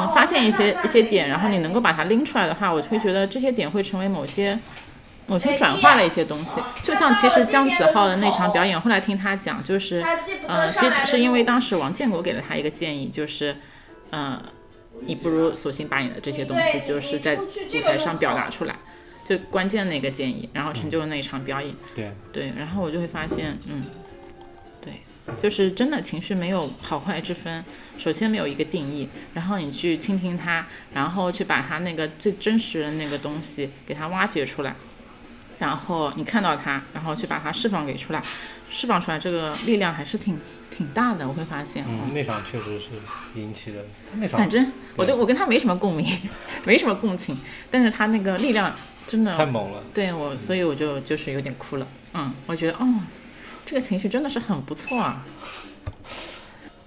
[SPEAKER 1] 嗯，发现一些一些点，然后你能够把它拎出来的话，我就会觉得这些点会成为某些某些转化的一些东西。就像其实姜子浩的那场表演，后来听他讲，就是呃，其实是因为当时王建国给了他一个建议，就是呃，你不如索性把你的这些东西，就是在舞台上表达出来，就关键的一个建议，然后成就了那一场表演。
[SPEAKER 2] 对，
[SPEAKER 1] 对，然后我就会发现，嗯，对，就是真的情绪没有好坏之分，首先没有一个定义，然后你去倾听它，然后去把它那个最真实的那个东西给它挖掘出来，然后你看到它，然后去把它释放给出来，释放出来这个力量还是挺挺大的，我会发现，
[SPEAKER 2] 嗯，那场确实是啊引起的，那场
[SPEAKER 1] 反正我对我跟他没什么共鸣， 没什么共情，但是他那个力量真的
[SPEAKER 2] 太猛了。
[SPEAKER 1] 对我，所以我就就是有点哭了。嗯，我觉得哦，这个情绪真的是很不错啊。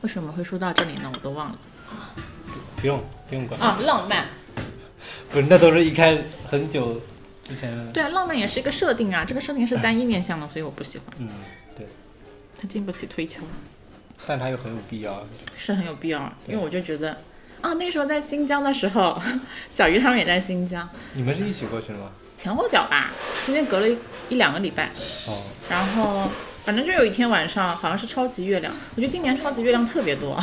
[SPEAKER 1] 为什么会说到这里呢？我都忘了
[SPEAKER 2] 不用不用管，
[SPEAKER 1] 啊。浪漫，
[SPEAKER 2] 不是那都是一开很久之前的。
[SPEAKER 1] 对啊，浪漫也是一个设定啊。这个设定是单一面向的，所以我不喜欢。
[SPEAKER 2] 嗯，对，
[SPEAKER 1] 它经不起推敲，
[SPEAKER 2] 但它又很有必要。
[SPEAKER 1] 是很有必要啊。因为我就觉得啊，那时候在新疆的时候， 小鱼他们也在新疆，
[SPEAKER 2] 你们是一起过去的吗？
[SPEAKER 1] 前后脚吧，中间隔了一一两个礼拜。
[SPEAKER 2] 哦，
[SPEAKER 1] 然后反正就有一天晚上，好像是超级月亮，我觉得今年超级月亮特别多。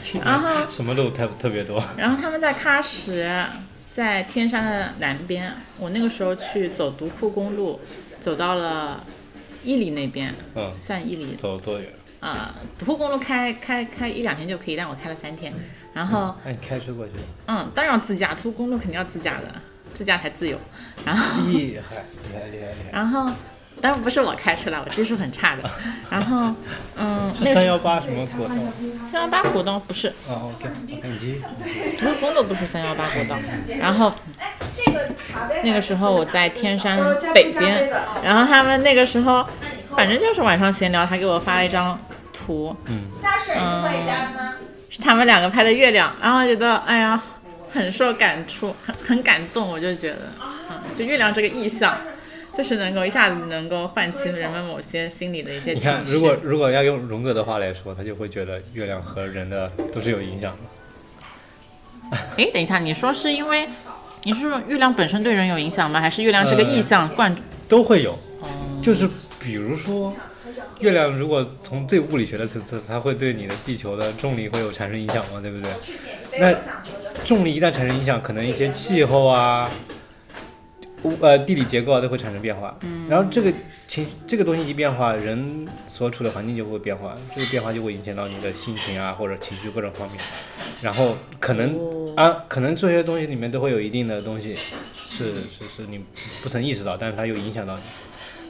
[SPEAKER 2] 今
[SPEAKER 1] 然后
[SPEAKER 2] 年什么都特特别多。
[SPEAKER 1] 然后他们在喀什，在天山的南边。我那个时候去走独库公路，走到了伊犁那边，
[SPEAKER 2] 嗯，
[SPEAKER 1] 算伊犁
[SPEAKER 2] 走多远？
[SPEAKER 1] 啊、呃独库公路开开开一两天就可以，但我开了三天。然后
[SPEAKER 2] 那、你哎开车过去的？
[SPEAKER 1] 嗯，当然要自驾，独库公路肯定要自驾的，自驾才自由。然后
[SPEAKER 2] 厉害，厉害，厉害，厉害！
[SPEAKER 1] 然后。当然不是我开车了，我技术很差的。然后，嗯，那
[SPEAKER 2] 是
[SPEAKER 1] 个
[SPEAKER 2] 三
[SPEAKER 1] 是
[SPEAKER 2] 幺八什么国道？
[SPEAKER 1] 三幺八国道不是，
[SPEAKER 2] 啊，OK，你继续。
[SPEAKER 1] 独库公路不是三幺八国道。然后
[SPEAKER 5] 哎，这个茶杯
[SPEAKER 1] 那个时候我在天山北边，然后他们那个时候，反正就是晚上闲聊，他给我发了一张图，
[SPEAKER 5] 加水
[SPEAKER 1] 嗯
[SPEAKER 5] 是可以加的吗？
[SPEAKER 1] 是他们两个拍的月亮，然后觉得哎呀，很受感触，很很感动，我就觉得，嗯，就月亮这个意象，就是能够一下子能够唤起人们某些心里的一些
[SPEAKER 2] 你
[SPEAKER 1] 情
[SPEAKER 2] 看，
[SPEAKER 1] 绪。
[SPEAKER 2] 如果如果要用荣格的话来说，他就会觉得月亮和人的都是有影响的。
[SPEAKER 1] 哎，等一下，你说是因为你是说月亮本身对人有影响吗？还是月亮这
[SPEAKER 2] 呃
[SPEAKER 1] 个意象贯？
[SPEAKER 2] 都会有，就是比如说，月亮如果从最物理学的层次，它会对你的地球的重力会有产生影响嘛，对不对？那重力一旦产生影响，可能一些气候啊、物呃地理结构啊都会产生变化。然后这个情这个东西一变化，人所处的环境就会变化，这个变化就会影响到你的心情啊或者情绪各种方面。然后可能、啊，可能这些东西里面都会有一定的东西是是是你不曾意识到，但是它又影响到你，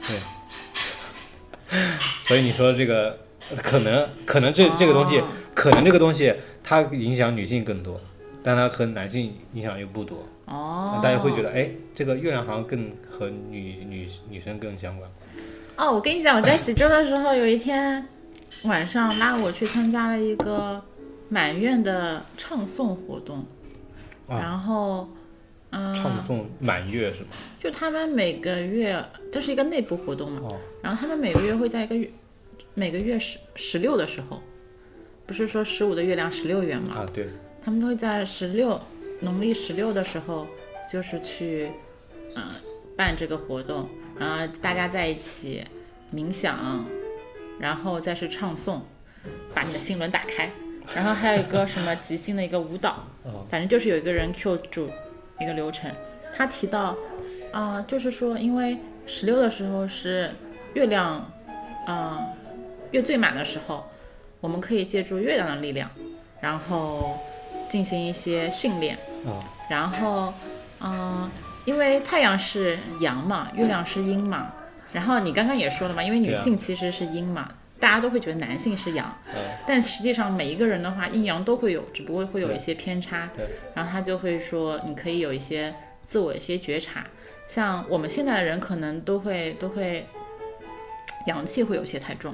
[SPEAKER 2] 对。所以你说这个可能可能这这个东西、
[SPEAKER 1] 哦
[SPEAKER 2] 可能这个东西它影响女性更多，但它和男性影响又不多，
[SPEAKER 1] 哦，
[SPEAKER 2] 大家会觉得哎，这个月亮好像更和女女女生更相关。
[SPEAKER 1] 哦，我跟你讲，我在喜州的时候，有一天晚上拉我去参加了一个满院的唱诵活动，
[SPEAKER 2] 啊
[SPEAKER 1] 然后，嗯、
[SPEAKER 2] 唱诵满月是吗？
[SPEAKER 1] 就他们每个月这是一个内部活动嘛，
[SPEAKER 2] 哦
[SPEAKER 1] 然后他们每个月会在一个月每个月十十六的时候，不是说十五的月亮十六圆嘛，
[SPEAKER 2] 啊，对，
[SPEAKER 1] 他们都会在十六农历十六的时候，就是去嗯、呃办这个活动，然后大家在一起冥想，然后再是唱诵，把你的心轮打开，然后还有一个什么即兴的一个舞蹈，
[SPEAKER 2] 哦
[SPEAKER 1] 反正就是有一个人 Q 住一个流程，他提到啊、就是说因为十六的时候是月亮，嗯、月最满的时候，我们可以借助月亮的力量。然后进行一些训练。
[SPEAKER 2] 哦
[SPEAKER 1] 然后，嗯、因为太阳是阳嘛，月亮是阴嘛。然后你刚刚也说了嘛，因为女
[SPEAKER 2] 对啊
[SPEAKER 1] 性其实是阴嘛，大家都会觉得男性是阳，
[SPEAKER 2] 嗯
[SPEAKER 1] 但实际上每一个人的话，阴阳都会有，只不过会有一些偏差。
[SPEAKER 2] 对
[SPEAKER 1] 然后他就会说，你可以有一些自我一些觉察。像我们现在的人，可能都会都会阳气会有些太重，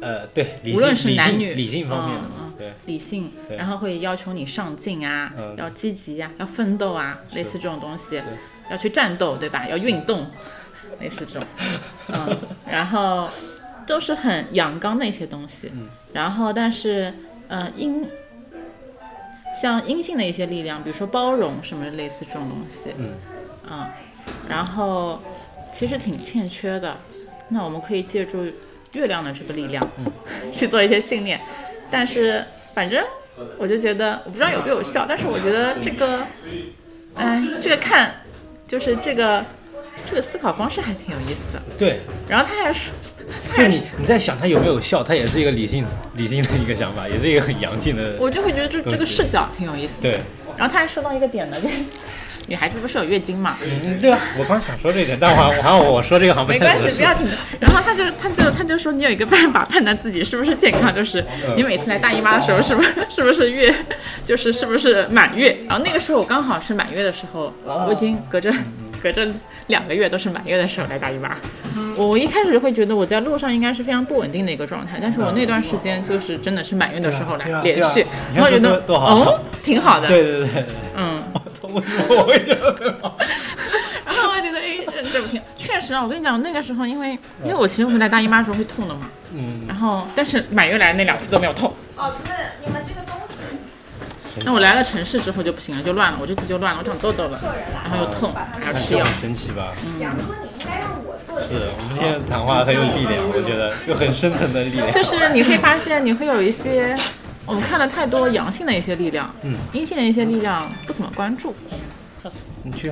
[SPEAKER 2] 呃，对，理
[SPEAKER 1] 无论是
[SPEAKER 2] 性理
[SPEAKER 1] 男
[SPEAKER 2] 性
[SPEAKER 1] 女
[SPEAKER 2] 理性方面的
[SPEAKER 1] 嗯
[SPEAKER 2] 嘛，对。
[SPEAKER 1] 理性，
[SPEAKER 2] 对
[SPEAKER 1] 然后会要求你上进啊，
[SPEAKER 2] 嗯
[SPEAKER 1] 要积极啊，要奋斗啊，
[SPEAKER 2] 是
[SPEAKER 1] 类似这种东西，要去战斗，对吧？要运 动，类似这种，嗯，然后都是很阳刚的一些东西，
[SPEAKER 2] 嗯
[SPEAKER 1] 然后但是呃阴，像阴性的一些力量，比如说包容什么类似这种东西，
[SPEAKER 2] 嗯
[SPEAKER 1] 嗯然后其实挺欠缺的，那我们可以借助月亮的这个力量，去做一些训练，但是反正我就觉得，我不知道有没有效，但是我觉得这个，哎，这个看，就是这个这个思考方式还挺有意思的。
[SPEAKER 2] 对，
[SPEAKER 1] 然后他还说，
[SPEAKER 2] 就你你在想它有没有效，它也是一个理性理性的一个想法，也是一个很阳性的。
[SPEAKER 1] 我就会觉得这这个视角挺有意思的。
[SPEAKER 2] 对，
[SPEAKER 1] 然后他还说到一个点呢，就是女孩子不是有月经嘛，
[SPEAKER 2] 嗯，对啊，我刚想说这一点，但我好像我好像我说这个好像
[SPEAKER 1] 没
[SPEAKER 2] 太
[SPEAKER 1] 关
[SPEAKER 2] 合
[SPEAKER 1] 系，
[SPEAKER 2] 适
[SPEAKER 1] 不 要紧的。然后他就他就他就说你有一个办法判断自己是不是健康，就是
[SPEAKER 2] 哦
[SPEAKER 1] 你每次来大姨妈的时候是不 是是不是月，就是是不是满月。然后那个时候我刚好是满月的时候，我已经隔着
[SPEAKER 2] 嗯
[SPEAKER 1] 隔着两个月都是满月的时候来大姨妈。我一开始会觉得我在路上应该是非常不稳定的一个状态，但是我那段时间就是真的是满月的时候来
[SPEAKER 2] 对啊对啊
[SPEAKER 1] 连续，
[SPEAKER 2] 对啊你
[SPEAKER 1] 然后
[SPEAKER 2] 看
[SPEAKER 1] 觉得
[SPEAKER 2] 多多好
[SPEAKER 1] 哦挺好的，
[SPEAKER 2] 对对对，
[SPEAKER 1] 嗯。
[SPEAKER 2] 我操，为什么我会觉得很好？
[SPEAKER 1] 然后我觉得，哎，这不挺确实啊。我跟你讲，那个时候因为因为我其实回来大姨妈的时候会痛的嘛，
[SPEAKER 2] 嗯，
[SPEAKER 1] 然后但是满月来那两次都没有痛。
[SPEAKER 6] 哦，真的，你们这个东西，
[SPEAKER 1] 那
[SPEAKER 2] 嗯
[SPEAKER 1] 我来了城市之后就不行了，就乱了。我这次就乱了，我长痘痘了，然后又痛，还要
[SPEAKER 2] 看
[SPEAKER 1] 吃
[SPEAKER 2] 这
[SPEAKER 1] 药
[SPEAKER 2] 样。神奇吧？
[SPEAKER 1] 嗯
[SPEAKER 6] 杨哥，你应该让我做
[SPEAKER 2] 是我们今天谈话很有力量，我觉得有很深层的力量。
[SPEAKER 1] 就是你会发现，你会有一些我们看了太多阳性的一些力量，嗯，阴性的一些力量不怎么关注。
[SPEAKER 2] 你去，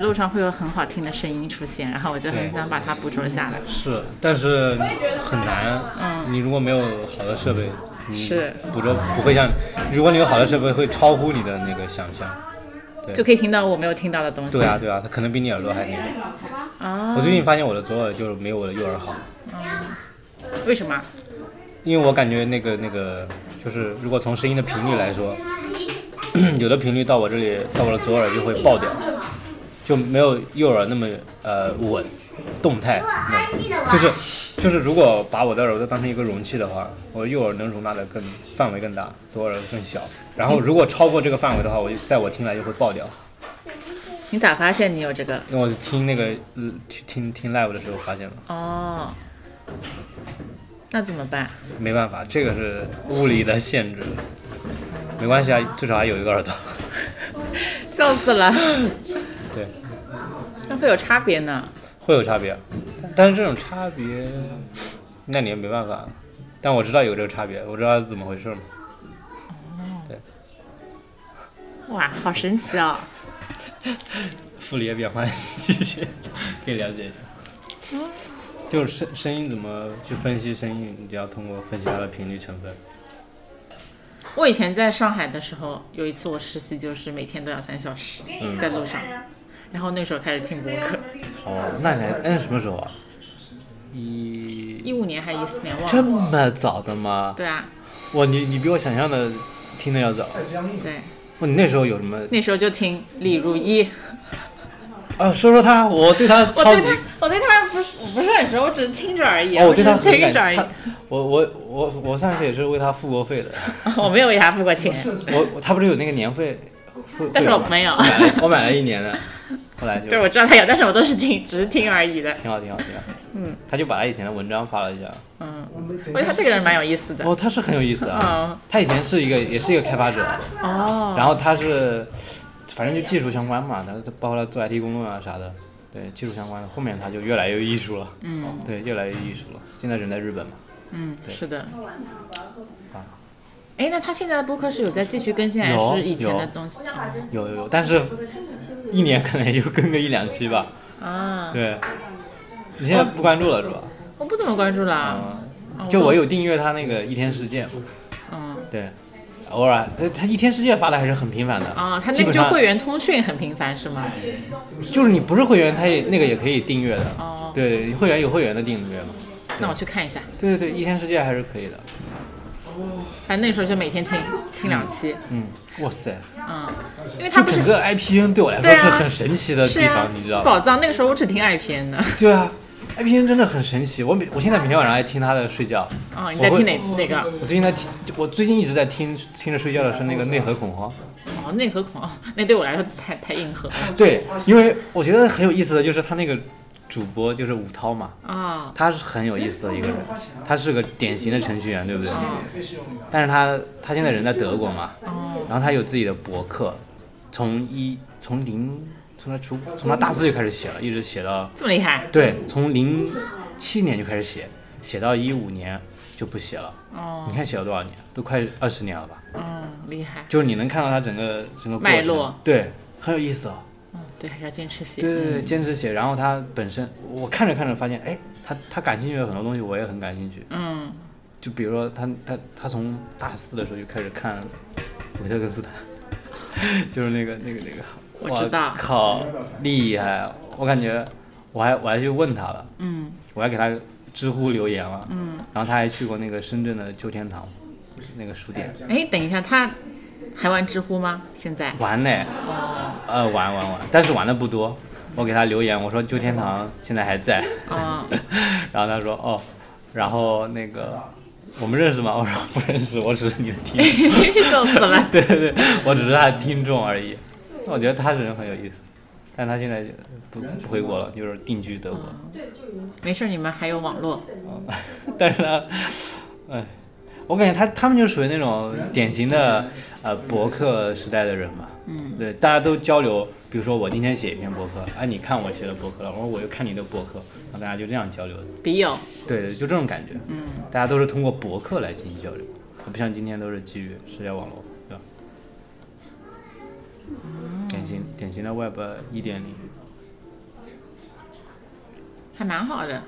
[SPEAKER 1] 路上会有很好听的声音出现，然后我就很
[SPEAKER 2] 对
[SPEAKER 1] 想把它捕捉下来。
[SPEAKER 2] 是，但是很难。嗯，你如果没有好的设备，你
[SPEAKER 1] 是
[SPEAKER 2] 捕捉不会像，如果你有好的设备，会超乎你的那个想象。
[SPEAKER 1] 就可以听到我没有听到的东西。
[SPEAKER 2] 对啊，对啊，它可能比你耳朵还灵。
[SPEAKER 1] 啊
[SPEAKER 2] 我，最近发现我的左耳就是没有我的右耳好，
[SPEAKER 1] 为什么？
[SPEAKER 2] 因为我感觉那个那个就是，如果从声音的频率来说， 有的频率到我这里，到我的左耳就会爆掉，就没有右耳那么呃稳，动态稳。就是就是，如果把我的耳朵当成一个容器的话，我右耳能容纳的更范围更大，左耳更小。然后如果超过这个范围的话，我就在我听来就会爆掉，
[SPEAKER 1] 你咋发现你有这个？
[SPEAKER 2] 因为我听那个呃去听听 live 的时候发现了。
[SPEAKER 1] 哦，那怎么办？
[SPEAKER 2] 没办法，这个是物理的限制。没关系啊，至少还有一个耳朵。
[SPEAKER 1] 笑死了，
[SPEAKER 2] 对，
[SPEAKER 1] 那会有差别呢。
[SPEAKER 2] 会有差别，但是这种差别，那你也没办法。但我知道有这个差别，我知道是怎么回事嘛。
[SPEAKER 1] 哇，好神奇哦！
[SPEAKER 2] 傅里叶变换 细节，可以了解一下。
[SPEAKER 1] 嗯
[SPEAKER 2] 就是声声音怎么去分析声音，你就要通过分析它的频率成分。
[SPEAKER 1] 我以前在上海的时候，有一次我实习就是每天都要三小时，嗯在路上，然后那时候开始听播客，
[SPEAKER 2] 哦，那你还那是什么时候啊？一
[SPEAKER 1] 一五年还一四年
[SPEAKER 2] 这
[SPEAKER 1] 忘了。
[SPEAKER 2] 么早的吗？
[SPEAKER 1] 对啊，
[SPEAKER 2] 哇，你你比我想象的听的要早。
[SPEAKER 1] 对，
[SPEAKER 2] 哇，你那时候有什么
[SPEAKER 1] 那时候就听李如一，
[SPEAKER 2] 啊，说说他，我对他
[SPEAKER 1] 我
[SPEAKER 2] 超
[SPEAKER 1] 对
[SPEAKER 2] 级，
[SPEAKER 1] 他，我对他不是我不是很熟，我只是听着而已，啊
[SPEAKER 2] 哦，我
[SPEAKER 1] 只
[SPEAKER 2] 对他
[SPEAKER 1] 是
[SPEAKER 2] 很
[SPEAKER 1] 听着而
[SPEAKER 2] 感，
[SPEAKER 1] 已
[SPEAKER 2] 他，，我我我我上次也是为他付过费的，
[SPEAKER 1] 我没有给他付过钱，
[SPEAKER 2] 我我他不是有那个年费，会
[SPEAKER 1] 但是
[SPEAKER 2] 会
[SPEAKER 1] 我
[SPEAKER 2] 吗
[SPEAKER 1] 没有
[SPEAKER 2] 我买了我买了一 年的，后来就
[SPEAKER 1] 对，我知道他有，但是我都是听，只是听而已的。
[SPEAKER 2] 挺好挺好挺好，嗯，他就把他以前的文章发了一下，
[SPEAKER 1] 嗯，我觉得他这个人蛮有意思的。
[SPEAKER 2] 哦，他是很有意思啊，
[SPEAKER 1] 嗯，
[SPEAKER 2] 他以前是一个也是一个开发者，
[SPEAKER 1] 哦，
[SPEAKER 2] 然后他是反正就技术相关嘛，他他包括他做 IT 工作啊啥的。对技术相关的，后面他就越来越艺术了，
[SPEAKER 1] 嗯
[SPEAKER 2] 对，越来越艺术了。现在人在日本嘛，
[SPEAKER 1] 嗯，
[SPEAKER 2] 对
[SPEAKER 1] 是的
[SPEAKER 2] 啊。
[SPEAKER 1] 哎，那他现在的播客是有在继续更新，还
[SPEAKER 2] 有
[SPEAKER 1] 是以前的
[SPEAKER 2] 有
[SPEAKER 1] 东西
[SPEAKER 2] 有有有，但是一年可能也就更个一两期吧。
[SPEAKER 1] 啊？
[SPEAKER 2] 对，你现在不关注了是吧？
[SPEAKER 1] 我不怎么关注啦。
[SPEAKER 2] 啊、
[SPEAKER 1] 啊
[SPEAKER 2] 就
[SPEAKER 1] 都
[SPEAKER 2] 我有订阅他那个一天世界嘛，
[SPEAKER 1] 嗯
[SPEAKER 2] 对，偶尔呃他一天世界发的还是很频繁的
[SPEAKER 1] 啊，他
[SPEAKER 2] 基
[SPEAKER 1] 那个
[SPEAKER 2] 本
[SPEAKER 1] 就
[SPEAKER 2] 上
[SPEAKER 1] 会员通讯很频繁是吗？
[SPEAKER 2] 就是你不是会员，他也那个也可以订阅的。
[SPEAKER 1] 哦
[SPEAKER 2] 对，会员有会员的订阅嘛。
[SPEAKER 1] 那我去看一下。
[SPEAKER 2] 对对对，一天世界还是可以的。
[SPEAKER 1] 反正那时候就每天听听两期，
[SPEAKER 2] 嗯，哇塞，
[SPEAKER 1] 嗯，因为他
[SPEAKER 2] 就
[SPEAKER 1] 不是
[SPEAKER 2] 整个 IPN 对我来说
[SPEAKER 1] 对啊
[SPEAKER 2] 是很神奇的
[SPEAKER 1] 是啊
[SPEAKER 2] 地方，
[SPEAKER 1] 呀
[SPEAKER 2] 你知道，吗？
[SPEAKER 1] 宝藏那个时候我只听 IPN 的。
[SPEAKER 2] 对啊，IPN 真的很神奇。我每我现在每天晚上还听他的睡觉。
[SPEAKER 1] 哦，你在听哪哪个？
[SPEAKER 2] 我最近在听，我最近一直在听，听着睡觉的是那个内核恐慌。
[SPEAKER 1] 哦，内核恐，哦 那对我来说太太硬核了
[SPEAKER 2] 对，因为我觉得很有意思的就是他那个主播就是吴涛嘛，
[SPEAKER 1] 啊。
[SPEAKER 2] 他是很有意思的一个人，他是个典型的程序员，对不对？但是他他现在人在德国嘛，
[SPEAKER 1] 哦
[SPEAKER 2] 然后他有自己的博客，从一从零从他出从他大四就开始写了，一直写到
[SPEAKER 1] 这么厉害
[SPEAKER 2] 对，从零七年就开始写，写到一五年就不写了。
[SPEAKER 1] 哦
[SPEAKER 2] 你，看写了多少年？都快二十年了吧？
[SPEAKER 1] 嗯，厉害，
[SPEAKER 2] 就是你能看到他整个整个过
[SPEAKER 1] 脉
[SPEAKER 2] 程
[SPEAKER 1] 络，
[SPEAKER 2] 对，很有意思哦。
[SPEAKER 1] 嗯，对，还是要坚持写，
[SPEAKER 2] 对对对，坚持写，然后他本身我看着看着发现，哎，他他感兴趣的很多东西我也很感兴趣，
[SPEAKER 1] 嗯，
[SPEAKER 2] 就比如说他他他从大四的时候就开始看维特根斯坦， 就是那个那个那个，
[SPEAKER 1] 我知道
[SPEAKER 2] 靠，厉害！啊我感觉我还我还去问他了，
[SPEAKER 1] 嗯，
[SPEAKER 2] 我还给他知乎留言了，嗯，然后他还去过那个深圳的旧天堂那个书店
[SPEAKER 1] 哎，等一下，他还玩知乎吗？现在？
[SPEAKER 2] 玩呢，呃玩玩玩，但是玩的不多。我给他留言，我说旧天堂现在还在，
[SPEAKER 1] 哦，
[SPEAKER 2] 然后他说哦，然后那个我们认识吗？我说不认识，我只是你的听众。
[SPEAKER 1] 笑死了。
[SPEAKER 2] 对对对，我只是他的听众而已。那我觉得他人很有意思，但他现在就不不回国了，就是定居德国。
[SPEAKER 1] 没事儿，你们还有网络。
[SPEAKER 2] 但是呢，哎，我感觉他他们就属于那种典型的呃博客时代的人嘛。嗯，对，大家都交流，比如说我今天写一篇博客，哎，你看我写的博客了，然后我又看你的博客，然后大家就这样交流的。
[SPEAKER 1] 笔友，
[SPEAKER 2] 对对，就这种感觉。嗯，大家都是通过博客来进行交流，不像今天都是基于社交网络，对吧？典型典型的 Web 一点零，
[SPEAKER 1] 还蛮好的，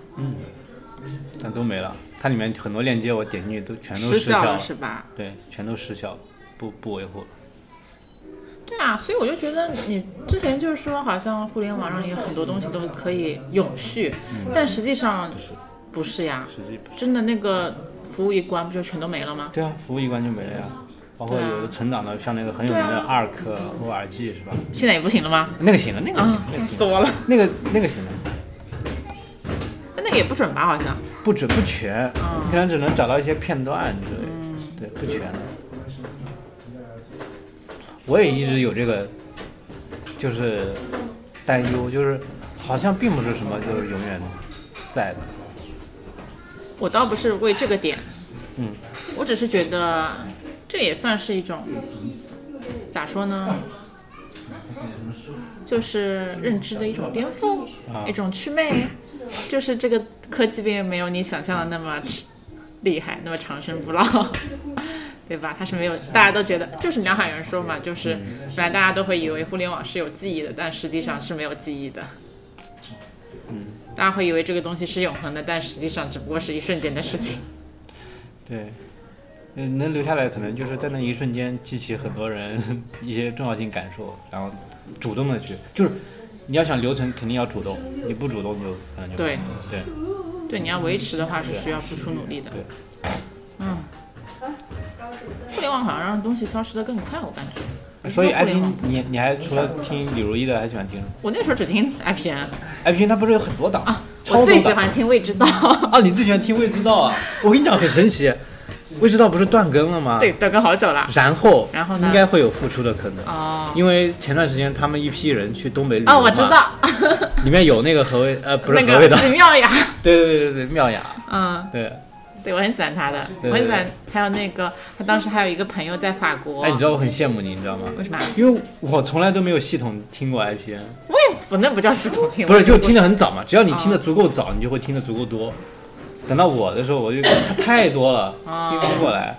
[SPEAKER 2] 但都没了。它里面很多链接我点进去都全都
[SPEAKER 1] 失
[SPEAKER 2] 失效
[SPEAKER 1] 效
[SPEAKER 2] 了
[SPEAKER 1] 了，是吧？
[SPEAKER 2] 对，全都失效了，不不维护了。
[SPEAKER 1] 对啊，所以我就觉得你之前就是说，好像互联网让你很多东西都可以永续，
[SPEAKER 2] 嗯
[SPEAKER 1] 但实际上不是，不是呀，
[SPEAKER 2] 实际不是。
[SPEAKER 1] 真的那个服务一关，不就全都没了吗？
[SPEAKER 2] 对啊，服务一关就没了呀。包括
[SPEAKER 1] 对啊
[SPEAKER 2] 有的存档的，像那个很有名
[SPEAKER 1] 对
[SPEAKER 2] 的
[SPEAKER 1] 啊
[SPEAKER 2] Arc 或 RG 是吧？
[SPEAKER 1] 现在也不行了吗？
[SPEAKER 2] 那个行了，那个行了
[SPEAKER 1] 啊，，
[SPEAKER 2] 那
[SPEAKER 1] 吓
[SPEAKER 2] 个
[SPEAKER 1] 死
[SPEAKER 2] 行了
[SPEAKER 1] 我了！
[SPEAKER 2] 那个那个行了。
[SPEAKER 1] 但那个也不准吧？好像
[SPEAKER 2] 不准不全，
[SPEAKER 1] 嗯
[SPEAKER 2] 可能只能找到一些片段之类的，对，不全的。我也一直有这个，就是担忧，就是好像并不是什么就是永远在的，
[SPEAKER 1] 我倒不是为这个点，
[SPEAKER 2] 嗯，
[SPEAKER 1] 我只是觉得这也算是一种咋说呢，就是认知的一种颠覆，
[SPEAKER 2] 啊
[SPEAKER 1] 一种祛魅，就是这个科技并没有你想象的那么厉害，那么长生不老。 对吧？它是没有，大家都觉得就是梁海源说嘛，就是
[SPEAKER 2] 嗯
[SPEAKER 1] 本来大家都会以为互联网是有记忆的，但实际上是没有记忆的。大家会以为这个东西是永恒的，但实际上只不过是一瞬间的事情。
[SPEAKER 2] 对。嗯，能留下来可能就是在那一瞬间激起很多人 一些重要性感受，然后主动的去，就是你要想留存，肯定要主动，你不主动就可能就
[SPEAKER 1] 对
[SPEAKER 2] 对。
[SPEAKER 1] 对，你要维持的话是需要付出努力的。
[SPEAKER 2] 对
[SPEAKER 1] 嗯，互联网好像让东西消失的更快，我感觉。
[SPEAKER 2] 所以
[SPEAKER 1] 不是互
[SPEAKER 2] i
[SPEAKER 1] 联
[SPEAKER 2] p
[SPEAKER 1] 网
[SPEAKER 2] 你你还除了听李如一的，还喜欢听什么？
[SPEAKER 1] 我那时候只听 IPN，
[SPEAKER 2] 哎，平时它不是有很多档啊
[SPEAKER 1] 我最喜欢听未 知道。
[SPEAKER 2] 啊！你最喜欢听未知道啊？我跟你讲，很神奇，未知道不是断更了吗？
[SPEAKER 1] 对，，断更好久了。
[SPEAKER 2] 然后
[SPEAKER 1] 然后呢
[SPEAKER 2] 应该会有复出的可能，
[SPEAKER 1] 哦
[SPEAKER 2] 因为前段时间他们一批人去东北旅游
[SPEAKER 1] 哦，
[SPEAKER 2] 嘛
[SPEAKER 1] 我知，道，
[SPEAKER 2] 里面有那个何为呃不 是
[SPEAKER 1] 那
[SPEAKER 2] 何
[SPEAKER 1] 个
[SPEAKER 2] 为的，
[SPEAKER 1] 许妙雅，
[SPEAKER 2] 对对对对对妙雅，
[SPEAKER 1] 嗯，
[SPEAKER 2] 对，
[SPEAKER 1] 对我很喜欢她的，
[SPEAKER 2] 对
[SPEAKER 1] 我很喜欢。还有那个，她当时还有一个朋友在法国，
[SPEAKER 2] 哎，你知道我很羡慕你，你知道吗？
[SPEAKER 1] 为什么？啊
[SPEAKER 2] 因为我从来都没有系统听过 IPN，
[SPEAKER 1] 我也不那不叫系统听，
[SPEAKER 2] 不
[SPEAKER 1] 我
[SPEAKER 2] 是，
[SPEAKER 1] 只
[SPEAKER 2] 就
[SPEAKER 1] 不过哦
[SPEAKER 2] 听得很早嘛。只要你听得足够早，你就会听得足够多。等到我的时候，我就它太多了，
[SPEAKER 1] 哦
[SPEAKER 2] 听不过来。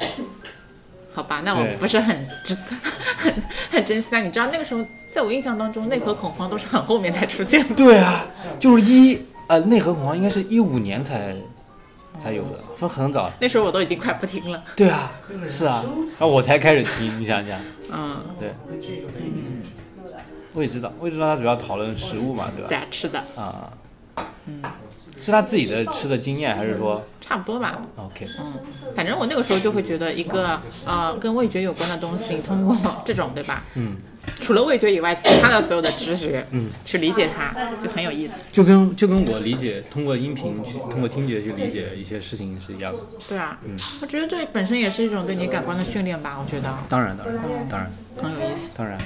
[SPEAKER 1] 好吧，那我
[SPEAKER 2] 对
[SPEAKER 1] 不是很知 很很珍惜。但你知道那个时候，在我印象当中，内核恐慌都是很后面才出现的。
[SPEAKER 2] 对啊，就是一呃内核恐慌应该是一五年才才有的，分很早。
[SPEAKER 1] 那时候我都已经快不听了。
[SPEAKER 2] 对啊，是啊，然后我才开始听，你想想，
[SPEAKER 1] 嗯，
[SPEAKER 2] 对，我也 知道，我也知道他主要讨论食物嘛，对
[SPEAKER 1] 对
[SPEAKER 2] 吧？
[SPEAKER 1] 啊，吃的
[SPEAKER 2] 啊，嗯，是他自己的吃的经验，还是说
[SPEAKER 1] 差不多吧。
[SPEAKER 2] OK？
[SPEAKER 1] 反正我那个时候就会觉得，一个呃跟味觉有关的东西，你通过这种对吧？
[SPEAKER 2] 嗯，
[SPEAKER 1] 除了味觉以外，其他的所有的知觉，嗯，去理解它就很有意思。
[SPEAKER 2] 就跟就跟我理解通过音频去通过听觉去理解一些事情是一样的。
[SPEAKER 1] 对啊，
[SPEAKER 2] 嗯
[SPEAKER 1] 我觉得这本身也是一种对你感官的训练吧，我觉得
[SPEAKER 2] 当然，当然，当然，
[SPEAKER 1] 很有意思。
[SPEAKER 2] 当然，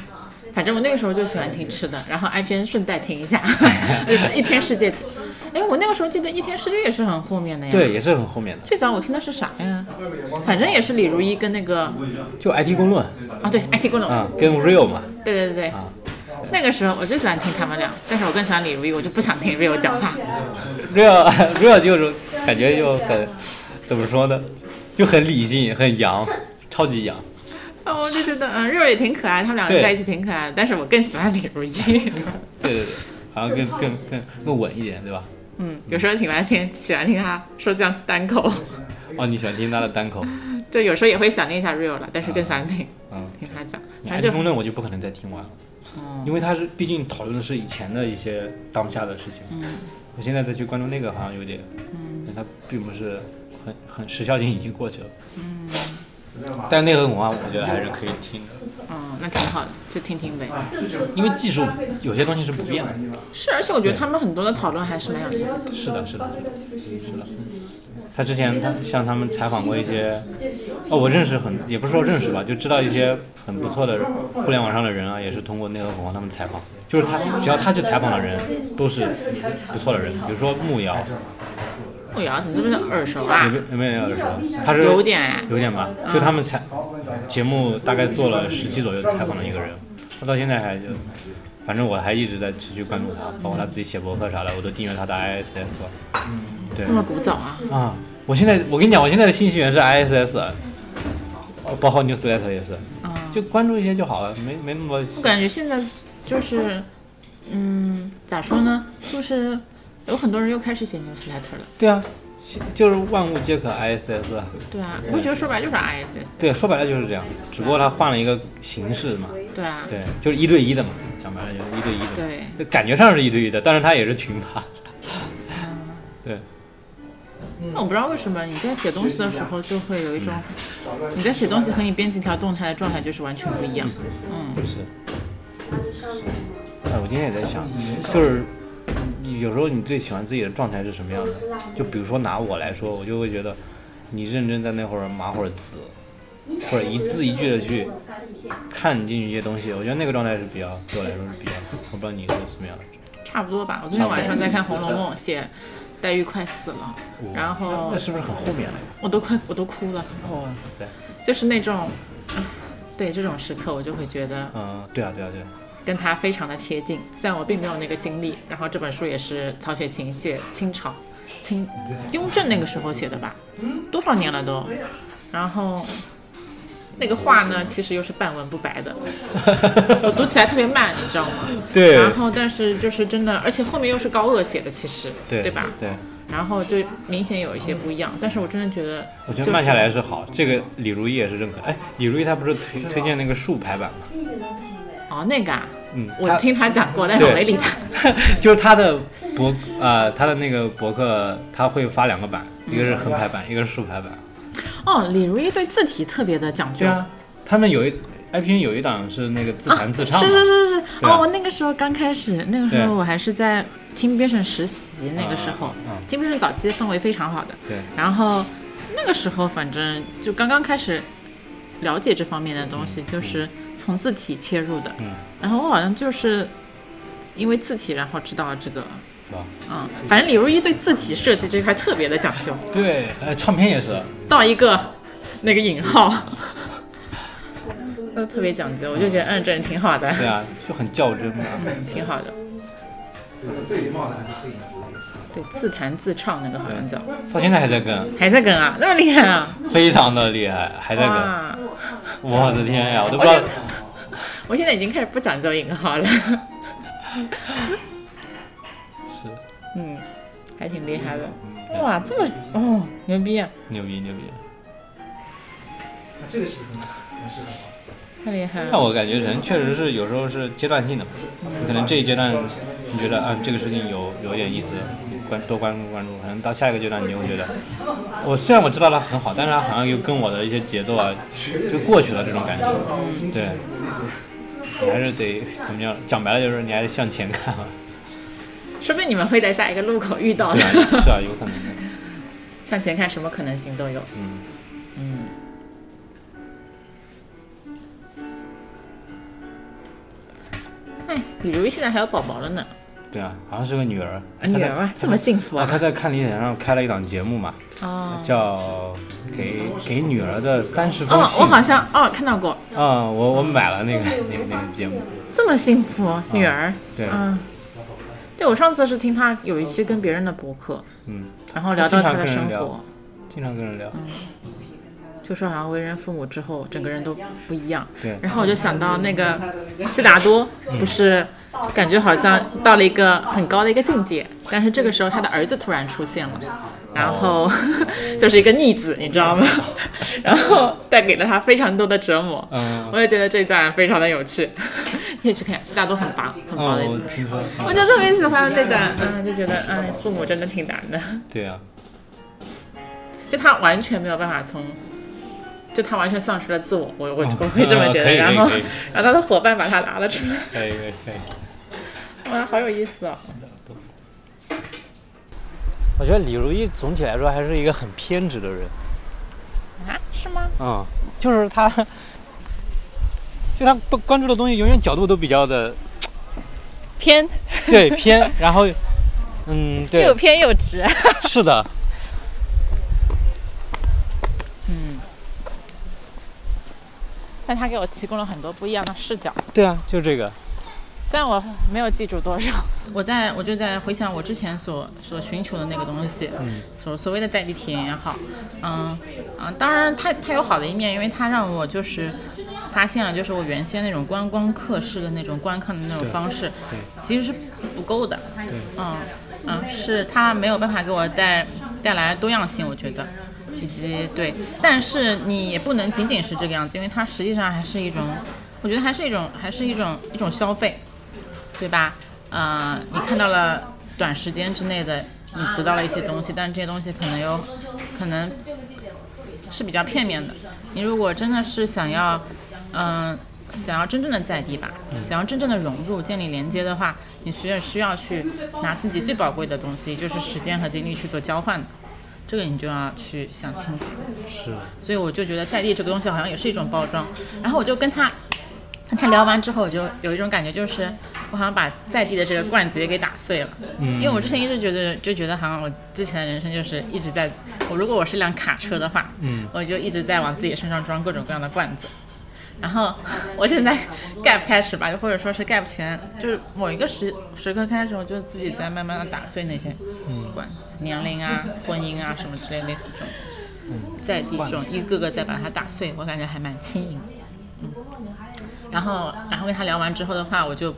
[SPEAKER 1] 反正我那个时候就喜欢听吃的，然后 IPN 顺带听一 下，就是一天世界听。哎，我那个时候记得一天世界也是很后面的呀。
[SPEAKER 2] 对，，也是很后面的，
[SPEAKER 1] 最早我听的是啥呀？反正也是李如一跟那个
[SPEAKER 2] 就 IT 公论
[SPEAKER 1] 啊，对，IT 郭龙，
[SPEAKER 2] 啊，跟 Real 嘛，
[SPEAKER 1] 对对对对。
[SPEAKER 2] 啊
[SPEAKER 1] 那个时候我就喜欢听他们俩，但是我更喜欢李如一，我就不想听 Rio 讲话。
[SPEAKER 2] real real 就是感觉就很怎么说呢，就很理性，很洋，超级洋。
[SPEAKER 1] 啊，我就觉得嗯，Rio 也挺可爱，他们两个
[SPEAKER 2] 对
[SPEAKER 1] 在一起挺可爱的，但是我更喜欢李如一。
[SPEAKER 2] 对对对，好像更更更更稳一点，对吧？
[SPEAKER 1] 嗯，有时候挺来听，喜欢听他说这样单口，
[SPEAKER 2] 哦，你喜欢听他的单口？
[SPEAKER 1] 就有时候也会想念一下 real 了，但是更想听
[SPEAKER 2] 嗯，
[SPEAKER 1] 听他讲，
[SPEAKER 2] 你
[SPEAKER 1] 反
[SPEAKER 2] IT
[SPEAKER 1] 正
[SPEAKER 2] 公
[SPEAKER 1] 就
[SPEAKER 2] 论我就不可能再听完了，因为它是毕竟讨论的是以前的一些当下的事情。我现在再去关注那个好像有点，嗯，它并不是很很时效性已经过去了。嗯但内核文化我觉得还是可以听的，
[SPEAKER 1] 嗯，那挺好的，就听听呗。
[SPEAKER 2] 因为技术有些东西是不变的。
[SPEAKER 1] 是，而且我觉得他们很多的讨论还是蛮有意思的。
[SPEAKER 2] 是的，是的，是的。他之前他像他们采访过一些，哦，我认识很，也不是说认识吧，就知道一些很不错的互联网上的人啊，也是通过内核恐慌他们采访，就是他只要他去采访的人都是不错的人，比如说木瑶，
[SPEAKER 1] 木瑶怎么这么像耳熟
[SPEAKER 2] 有
[SPEAKER 1] 啊
[SPEAKER 2] 没？有没有人说他是
[SPEAKER 1] 有点哎，
[SPEAKER 2] 嗯有点吧，就他们采节目大概做了十期左右采访了一个人，他到现在还就，反正我还一直在持续关注他，包括他自己写博客啥的，我都订阅他的 ISS 了。对
[SPEAKER 1] 这，么古早啊？
[SPEAKER 2] 啊，我现在我跟你讲，我现在的信息源是 ISS，哦包括 newsletter 也是，
[SPEAKER 1] 嗯，
[SPEAKER 2] 就关注一些就好了，没没那么
[SPEAKER 1] 我感觉现在就是，嗯，咋说呢？就是有很多人又开始写 newsletter 了。
[SPEAKER 2] 对啊，就是万物皆可 ISS，啊
[SPEAKER 1] 对啊，我觉得说白了就是 ISS。
[SPEAKER 2] 对，说白了就是这样，只不过它换了一个形式嘛，
[SPEAKER 1] 对啊，
[SPEAKER 2] 对，就是一对一的嘛，讲白了就是一对一的，
[SPEAKER 1] 对，
[SPEAKER 2] 就感觉上是一对一的，但是它也是群发，嗯
[SPEAKER 1] 那我不知道为什么你在写东西的时候就会有一种，
[SPEAKER 2] 嗯
[SPEAKER 1] 你在写东西和你编辑一条动态的状态就是完全不一样。嗯，
[SPEAKER 2] 是。哎，我今天也在想，就是你有时候你最喜欢自己的状态是什么样的？就比如说拿我来说，我就会觉得，你认真在那会儿码会儿字，或者一字一句的去看进去一些东西，我觉得那个状态是比较对我来说是比较好。我不知道你是什么样的，
[SPEAKER 1] 差不多吧。我昨天晚上在看《红楼梦》，写黛玉快死了，
[SPEAKER 2] 嗯
[SPEAKER 1] 然后
[SPEAKER 2] 那是不是很后面了？
[SPEAKER 1] 我都快我都哭了，
[SPEAKER 2] 哇塞！
[SPEAKER 1] 就是那种， 对这种时刻我就会觉得
[SPEAKER 2] 嗯，对啊，对啊， 对啊。
[SPEAKER 1] 跟他非常的贴近。虽然我并没有那个经历，然后这本书也是曹雪芹写清朝、清雍正那个时候写的吧，多少年了都。然后那个话呢，其实又是半文不白的，我读起来特别慢，你知道吗？
[SPEAKER 2] 对
[SPEAKER 1] 然后但是就是真的，而且后面又是高鹗写的，其实
[SPEAKER 2] 对
[SPEAKER 1] 对吧？
[SPEAKER 2] 对，
[SPEAKER 1] 然后就明显有一些不一样，但是我真的觉得、
[SPEAKER 2] 我
[SPEAKER 1] 就是，
[SPEAKER 2] 觉得慢下来是好。这个李如一也是认可。哎，李如一她不是推推荐那个竖排版吗？
[SPEAKER 1] 哦，那个啊，
[SPEAKER 2] 嗯，
[SPEAKER 1] 我
[SPEAKER 2] 她
[SPEAKER 1] 听他讲过，但是我
[SPEAKER 2] 对
[SPEAKER 1] 没理他。
[SPEAKER 2] 就是他的博呃，他的那个博客，他会发两个版，一个是横排版，一个是竖排版。
[SPEAKER 1] 哦，李如一对字体特别的讲究。啊
[SPEAKER 2] 对啊，他们有一 IPN 有一档 是那个自弹自唱嘛，
[SPEAKER 1] 是是是是，
[SPEAKER 2] 对啊
[SPEAKER 1] 哦，我那个时候刚开始，那个时候
[SPEAKER 2] 对
[SPEAKER 1] 我还是在 Team Vision 实习，那个时候、
[SPEAKER 2] 嗯
[SPEAKER 1] Team Vision 早期氛围非常好的，
[SPEAKER 2] 对，
[SPEAKER 1] 然后那个时候反正就刚刚开始了解这方面的东西，就是从字体切入的，
[SPEAKER 2] 嗯
[SPEAKER 1] 然后我好像就是因为字体，然后知道了这个，
[SPEAKER 2] 是吧？
[SPEAKER 1] 嗯，反正李如一对字体设计这块特别的讲究，
[SPEAKER 2] 对，呃，唱片也是，
[SPEAKER 1] 到一个那个引号。 都特别讲究，我就觉得，嗯，这人挺好的，
[SPEAKER 2] 对啊，就很较真嘛。
[SPEAKER 1] 嗯，挺好的。对，自弹自唱那个好像叫，
[SPEAKER 2] 到现在还在跟，
[SPEAKER 1] 还在跟啊，那么厉害啊！
[SPEAKER 2] 非常的厉害，还在跟。
[SPEAKER 1] 哇，
[SPEAKER 2] 我的天呀，我都不知道
[SPEAKER 1] 而且我现在已经开始不讲究引号 了，
[SPEAKER 2] 是
[SPEAKER 1] 嗯，还挺厉害的。哇，这么哦，牛逼啊，
[SPEAKER 2] 牛逼牛逼。
[SPEAKER 1] 太厉害
[SPEAKER 2] 但
[SPEAKER 1] 了。
[SPEAKER 2] 我感觉人确实是有时候是阶段性的嘛，你可能这一阶段你觉得啊这个事情有有点意思，你关多关注关注，可能到下一个阶段你就会觉得，我虽然我知道它很好，但是它好像又跟我的一些节奏啊就过去了这种感觉，对，你还是得怎么样？讲白了就是你还得向前看啊，
[SPEAKER 1] 说不定你们会在下一个路口遇到
[SPEAKER 2] 对啊
[SPEAKER 1] 的。
[SPEAKER 2] 是啊，有可能的，
[SPEAKER 1] 向前看，什么可能性都有。
[SPEAKER 2] 嗯
[SPEAKER 1] 嗯。哎，李如意现在还有宝宝了呢，
[SPEAKER 2] 对啊，好像是个女儿，哎
[SPEAKER 1] 女儿啊，这么幸福
[SPEAKER 2] 啊，
[SPEAKER 1] 啊！
[SPEAKER 2] 她在看理想上开了一档节目嘛，
[SPEAKER 1] 哦
[SPEAKER 2] 叫给给女儿的三十
[SPEAKER 1] 哦
[SPEAKER 2] 封，信。
[SPEAKER 1] 我好像哦看到过，
[SPEAKER 2] 啊、我我买了那个那个那个节目，
[SPEAKER 1] 这么幸福，啊女儿，
[SPEAKER 2] 对，
[SPEAKER 1] 嗯，对我上次是听她有一期跟别人的博客，
[SPEAKER 2] 嗯，
[SPEAKER 1] 然后聊到她
[SPEAKER 2] 她
[SPEAKER 1] 的
[SPEAKER 2] 经常跟
[SPEAKER 1] 生
[SPEAKER 2] 人聊
[SPEAKER 1] 活，
[SPEAKER 2] 经常跟人聊，
[SPEAKER 1] 就说好像为人父母之后，整个人都不一样。
[SPEAKER 2] 对嗯
[SPEAKER 1] 然后我就想到那个悉达多，不是感觉好像到了一个很高的一个境界，但是这个时候他的儿子突然出现了。然
[SPEAKER 2] 哦
[SPEAKER 1] 后 就是一个逆子，你知道吗？然后带给了他非常多的折磨。
[SPEAKER 2] 嗯
[SPEAKER 1] 我也觉得这段非常的有趣，可以去看。悉达多很棒，很棒
[SPEAKER 2] 哦
[SPEAKER 1] 的一，部
[SPEAKER 2] 我
[SPEAKER 1] 剧
[SPEAKER 2] 听说，
[SPEAKER 1] 我就特别喜欢那段，嗯，就觉得，哎，父母真的挺难的，
[SPEAKER 2] 对啊，
[SPEAKER 1] 就他完全没有办法从，就他完全丧失了自我，我我
[SPEAKER 2] 嗯
[SPEAKER 1] 我会这么觉
[SPEAKER 2] 可
[SPEAKER 1] 得。
[SPEAKER 2] 以
[SPEAKER 1] 然后
[SPEAKER 2] 可以可以，
[SPEAKER 1] 然后他的伙伴把他拉了出来，
[SPEAKER 2] 可以可以可以。
[SPEAKER 1] 哇，好有意思哦。
[SPEAKER 7] 我觉得李如一总体来说还是一个很偏执的人。
[SPEAKER 1] 啊，是吗？
[SPEAKER 7] 嗯，就是他，就他不关注的东西永远角度都比较的
[SPEAKER 4] 偏
[SPEAKER 7] 对 偏，然后嗯对
[SPEAKER 4] 又，偏又 直。
[SPEAKER 7] 是的，
[SPEAKER 4] 但他给我提供了很多不一样的视角，
[SPEAKER 7] 对啊，就这个，
[SPEAKER 4] 虽然我没有记住多少。
[SPEAKER 1] 我在我就在回想我之前所所寻求的那个东西，所所谓的在地体验也好，嗯啊，当然它它有好的一面，因为它让我就是发现了，就是我原先那种观光客式的那种观看的那种方式，其实是不够的，嗯嗯，是它没有办法给我带带来多样性，我觉得。以及对，但是你也不能仅仅是这个样子，因为它实际上还是一种，我觉得还是一种，还是一种一种消费，对吧？呃，你看到了短时间之内的，你得到了一些东西，但是这些东西可能有，可能是比较片面的。你如果真的是想要，嗯、想要真正的在地吧，想要真正的融入、建立连接的话，你需要需要去拿自己最宝贵的东西，就是时间和精力去做交换的。这个你就要去想清楚。是。所以我就觉得在地这个东西好像也是一种包装。然后我就跟他跟他聊完之后，我就有一种感觉，就是我好像把在地的这个罐子也给打碎了。嗯。因为我之前一直觉得，就觉得好像我之前的人生就是一直在，我如果我是辆卡车的话，嗯，我就一直在往自己身上装各种各样的罐子。然后我现在 gap 开始吧，或者说是 gap 前，就是某一个时时刻开始，我就自己在慢慢的打碎那些
[SPEAKER 2] 嗯
[SPEAKER 1] 管子、年龄啊、婚姻啊什么之类类似这种东西，在地这种一个个再把它打碎，我感觉还蛮轻盈的。嗯，然后然后跟他聊完之后的话，我就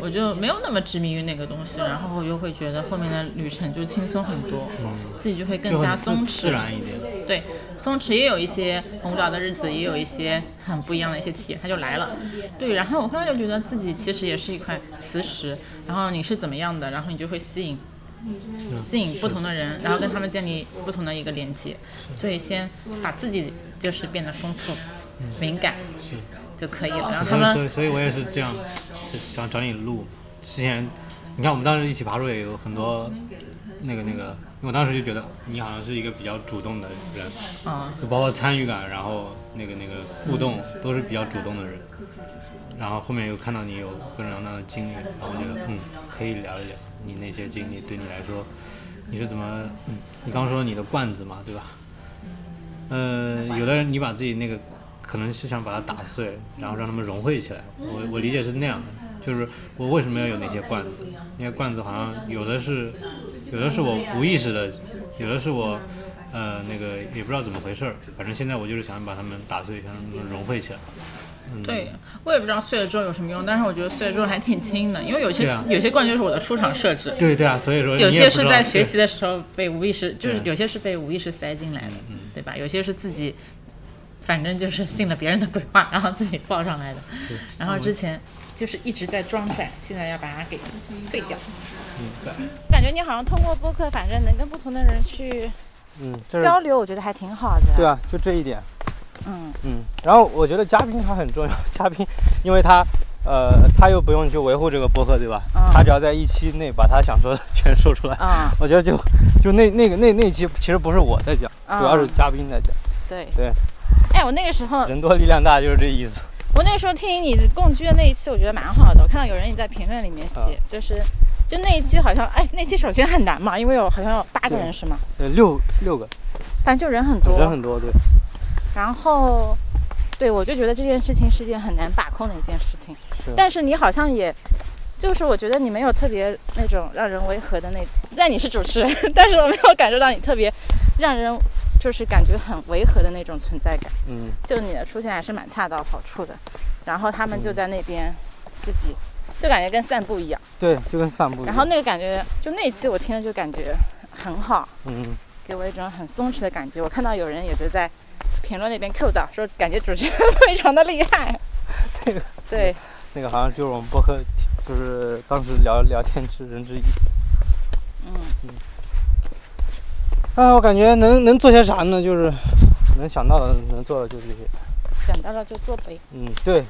[SPEAKER 1] 我就没有那么执迷于那个东西，然后我就会觉得后面的旅程就轻松很多，自己就会更
[SPEAKER 2] 嗯就
[SPEAKER 1] 加
[SPEAKER 2] 很自
[SPEAKER 1] 松
[SPEAKER 2] 自
[SPEAKER 1] 弛。
[SPEAKER 2] 然一点。
[SPEAKER 1] 对，松弛也有一些红岛的日子，也有一些很不一样的一些体验，它就来了。对，然后我后来就觉得自己其实也是一块磁石，然后你是怎么样的，然后你就会吸引。
[SPEAKER 2] 嗯
[SPEAKER 1] 吸引不同的人，然后跟他们建立不同的一个连接，所以先把自己就是变得丰富、敏感就可以了。然后他
[SPEAKER 2] 所以所
[SPEAKER 1] 们
[SPEAKER 2] 以所以我也嗯是这样，是想找你录。之前你看我们当时一起爬树也有很多那个那个，因为我当时就觉得你好像是一个比较主动的人，
[SPEAKER 1] 啊、
[SPEAKER 2] 就包括参与感，然后那个那个互动都是比较主动的人。然后后面又看到你有各种各样的经历，然后我觉得嗯，可以聊一聊你那些经历对你来说，你是怎么？嗯、你刚说你的罐子嘛，对吧？呃，有的人你把自己那个可能是想把它打碎，然后让他们融汇起来。我我理解是那样的，就是我为什么要有那些罐子？那些罐子好像有的是，有的是我无意识的，有的是我。呃，那个也不知道怎么回事儿，反正现在我就是想把它们打碎，想让它们融汇起来。嗯、
[SPEAKER 1] 对我也不知道碎了之后有什么用，但是我觉得碎了之后还挺轻的，因为有些、
[SPEAKER 2] 对啊
[SPEAKER 1] 有些罐就是我的出厂设置，
[SPEAKER 2] 对对啊，所以说
[SPEAKER 1] 有
[SPEAKER 2] 你也
[SPEAKER 1] 些
[SPEAKER 2] 不
[SPEAKER 1] 是
[SPEAKER 2] 知道
[SPEAKER 1] 在
[SPEAKER 2] 对
[SPEAKER 1] 学习的时候被无意识，就是
[SPEAKER 2] 对嗯
[SPEAKER 1] 有些是被无意识塞进来的，对吧？有些是自己，反正就是信了别人的鬼话，然后自己报上来的。然后之前就是一直在装载，现在要把它给碎掉。
[SPEAKER 2] 嗯
[SPEAKER 4] 感觉你好像通过播客，反正能跟不同的人去
[SPEAKER 7] 嗯，这是
[SPEAKER 4] 交流，我觉得还挺好的。
[SPEAKER 7] 对啊，就这一点，
[SPEAKER 4] 嗯，
[SPEAKER 7] 嗯，然后我觉得嘉宾他很重要， 嘉宾，因为他。呃，他又不用去维护这个播客，对吧？
[SPEAKER 4] 嗯
[SPEAKER 7] 他只要在一期内把他想说的全说出来，
[SPEAKER 4] 啊、
[SPEAKER 7] 我觉得就就那那个那那期其实不是我在讲，
[SPEAKER 4] 嗯
[SPEAKER 1] 啊
[SPEAKER 7] 主要是嘉宾在讲，
[SPEAKER 4] 对
[SPEAKER 7] 对。
[SPEAKER 4] 哎，我那个时候，
[SPEAKER 7] 人多力量大就是这意思。
[SPEAKER 4] 我那个时候听你共居的那一期，我觉得蛮好的。我看到有人也在评论里面写，
[SPEAKER 7] 啊
[SPEAKER 4] 就是就那一期好像，哎，那期首先很难嘛，因为有好像有八个
[SPEAKER 7] 对
[SPEAKER 4] 人是吗？
[SPEAKER 7] 呃，六六个
[SPEAKER 4] 反正就人很多，
[SPEAKER 7] 人很多，对，
[SPEAKER 4] 然后，对我就觉得这件事情是件很难把控的一件事情。
[SPEAKER 7] 是
[SPEAKER 4] 但是你好像也，就是我觉得你没有特别那 种让人违和的那，虽然你是主持人，但是我没有感受到你特别让人
[SPEAKER 1] 就是感觉很违和的那种存在感。
[SPEAKER 2] 嗯，
[SPEAKER 1] 就你的出现还是蛮恰到好处的。然后他们就在那边自己，就感觉跟散步一样。
[SPEAKER 2] 对，就跟散步一样。
[SPEAKER 1] 然后那个感觉，就那一期我听了就感觉很好，
[SPEAKER 2] 嗯，
[SPEAKER 1] 给我一种很松弛的感觉。我看到有人也就在评论那边 Q 到，说感觉主持人 非常的厉害。
[SPEAKER 2] 那个
[SPEAKER 1] 对，
[SPEAKER 2] 那个好像就是我们播客，就是当时聊聊天之人之一。
[SPEAKER 1] 嗯，
[SPEAKER 2] 啊，我感觉能能做些啥呢？就是能想到的、能做的就这些。
[SPEAKER 1] 想到了就做呗。
[SPEAKER 2] 嗯，对，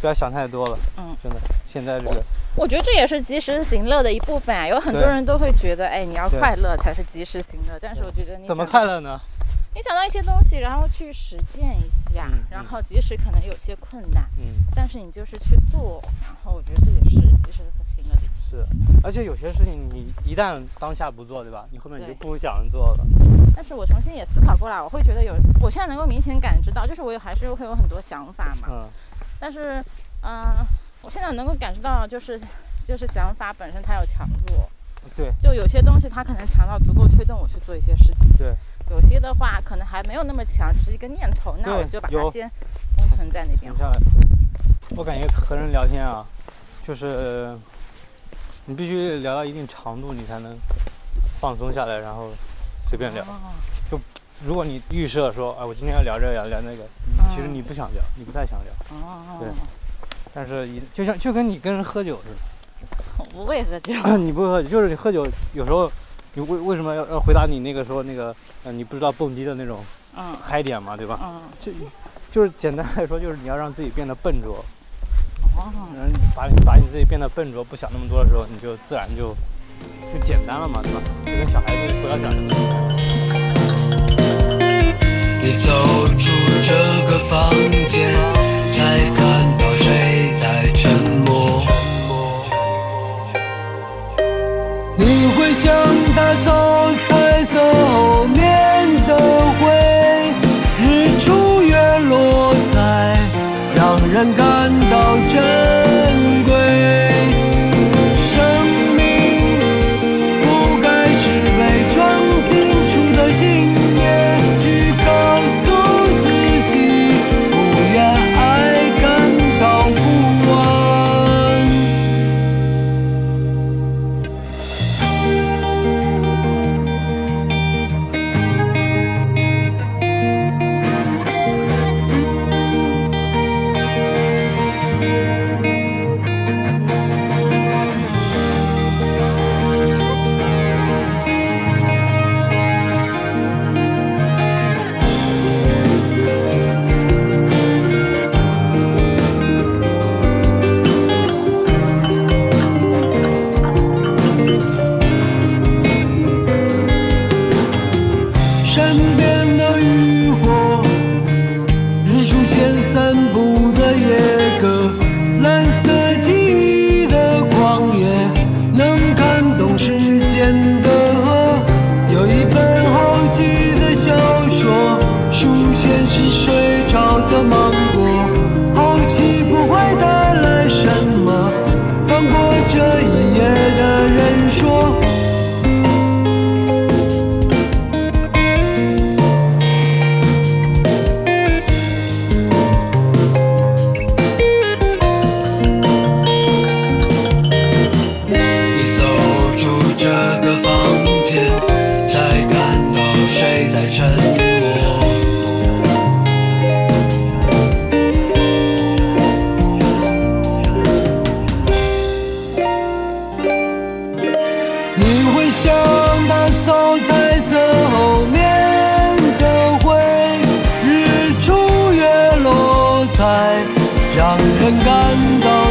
[SPEAKER 2] 不要想太多了。
[SPEAKER 1] 嗯，
[SPEAKER 2] 真的，现在这个，
[SPEAKER 1] 我觉得这也是及时行乐的一部分啊。有很多
[SPEAKER 2] 对
[SPEAKER 1] 人都会觉得，哎，你要
[SPEAKER 2] 对
[SPEAKER 1] 快乐才是及时行乐。但是我觉得你
[SPEAKER 2] 怎么
[SPEAKER 1] 想到
[SPEAKER 2] 快乐呢？
[SPEAKER 1] 你想到一些东西，然后去实践一下，
[SPEAKER 2] 嗯嗯
[SPEAKER 1] 然后即使可能有些困难，
[SPEAKER 2] 嗯，
[SPEAKER 1] 但是你就是去做，然后我觉得这也是及时和平乐的。
[SPEAKER 2] 是，而且有些事情你一旦当下不做，对吧？你后面你就
[SPEAKER 1] 对
[SPEAKER 2] 不想做了。
[SPEAKER 1] 但是我重新也思考过来，我会觉得有，我现在能够明显感知到，就是我有还是会有很多想法嘛。
[SPEAKER 2] 嗯，
[SPEAKER 1] 但是，嗯、我现在能够感知到，就是就是想法本身它有强弱，
[SPEAKER 2] 对，
[SPEAKER 1] 就有些东西它可能强到足够推动我去做一些事情。
[SPEAKER 2] 对。
[SPEAKER 1] 有些的话可能还没有那么强，只是一个念头，那
[SPEAKER 2] 对
[SPEAKER 1] 我就把它
[SPEAKER 2] 有
[SPEAKER 1] 先封存在那边
[SPEAKER 2] 停。下来。我感觉和人聊天啊，就是你必须聊到一定长度，你才能放松下来，然后随便聊。
[SPEAKER 1] 哦
[SPEAKER 2] 如果你预设说，哎，我今天要聊这个，要聊那个，其实
[SPEAKER 1] 嗯
[SPEAKER 2] 你不想聊，你不太想聊。
[SPEAKER 1] 哦，
[SPEAKER 2] 对但是一就像就跟你跟人喝酒似的。
[SPEAKER 1] 我不为何这样？
[SPEAKER 2] 你不喝酒，就是你喝酒有时候，你为为什么要要回答你那个说那个，呃，你不知道蹦迪的那种
[SPEAKER 1] 嗯
[SPEAKER 2] 嗨点嘛，对吧？
[SPEAKER 1] 嗯
[SPEAKER 2] 就就是简单来说，就是你要让自己变得笨拙，
[SPEAKER 1] 哦，
[SPEAKER 2] 嗯，把你把你自己变得笨拙，不想那么多的时候，你就自然就就简单了嘛，对吧？就跟小孩子回到小孩子的时候。
[SPEAKER 8] 你走出这个房间，才看到谁在沉默。你会像他从彩色后面的灰，日出月落才让人感到珍贵。生命不该是被装订出的信念，去告诉自己，不愿爱感到不安。身边的渔火，日出前散步的野鸽，蓝色记忆的旷野，能看懂时间的河。有一本好奇的小说，书签是水炒的芒果，好奇不会带来什么。翻过这一页的人说。你走出这个房间，才看到谁在沉默。你会像他走彩色后面的灰，日出月落才让人感到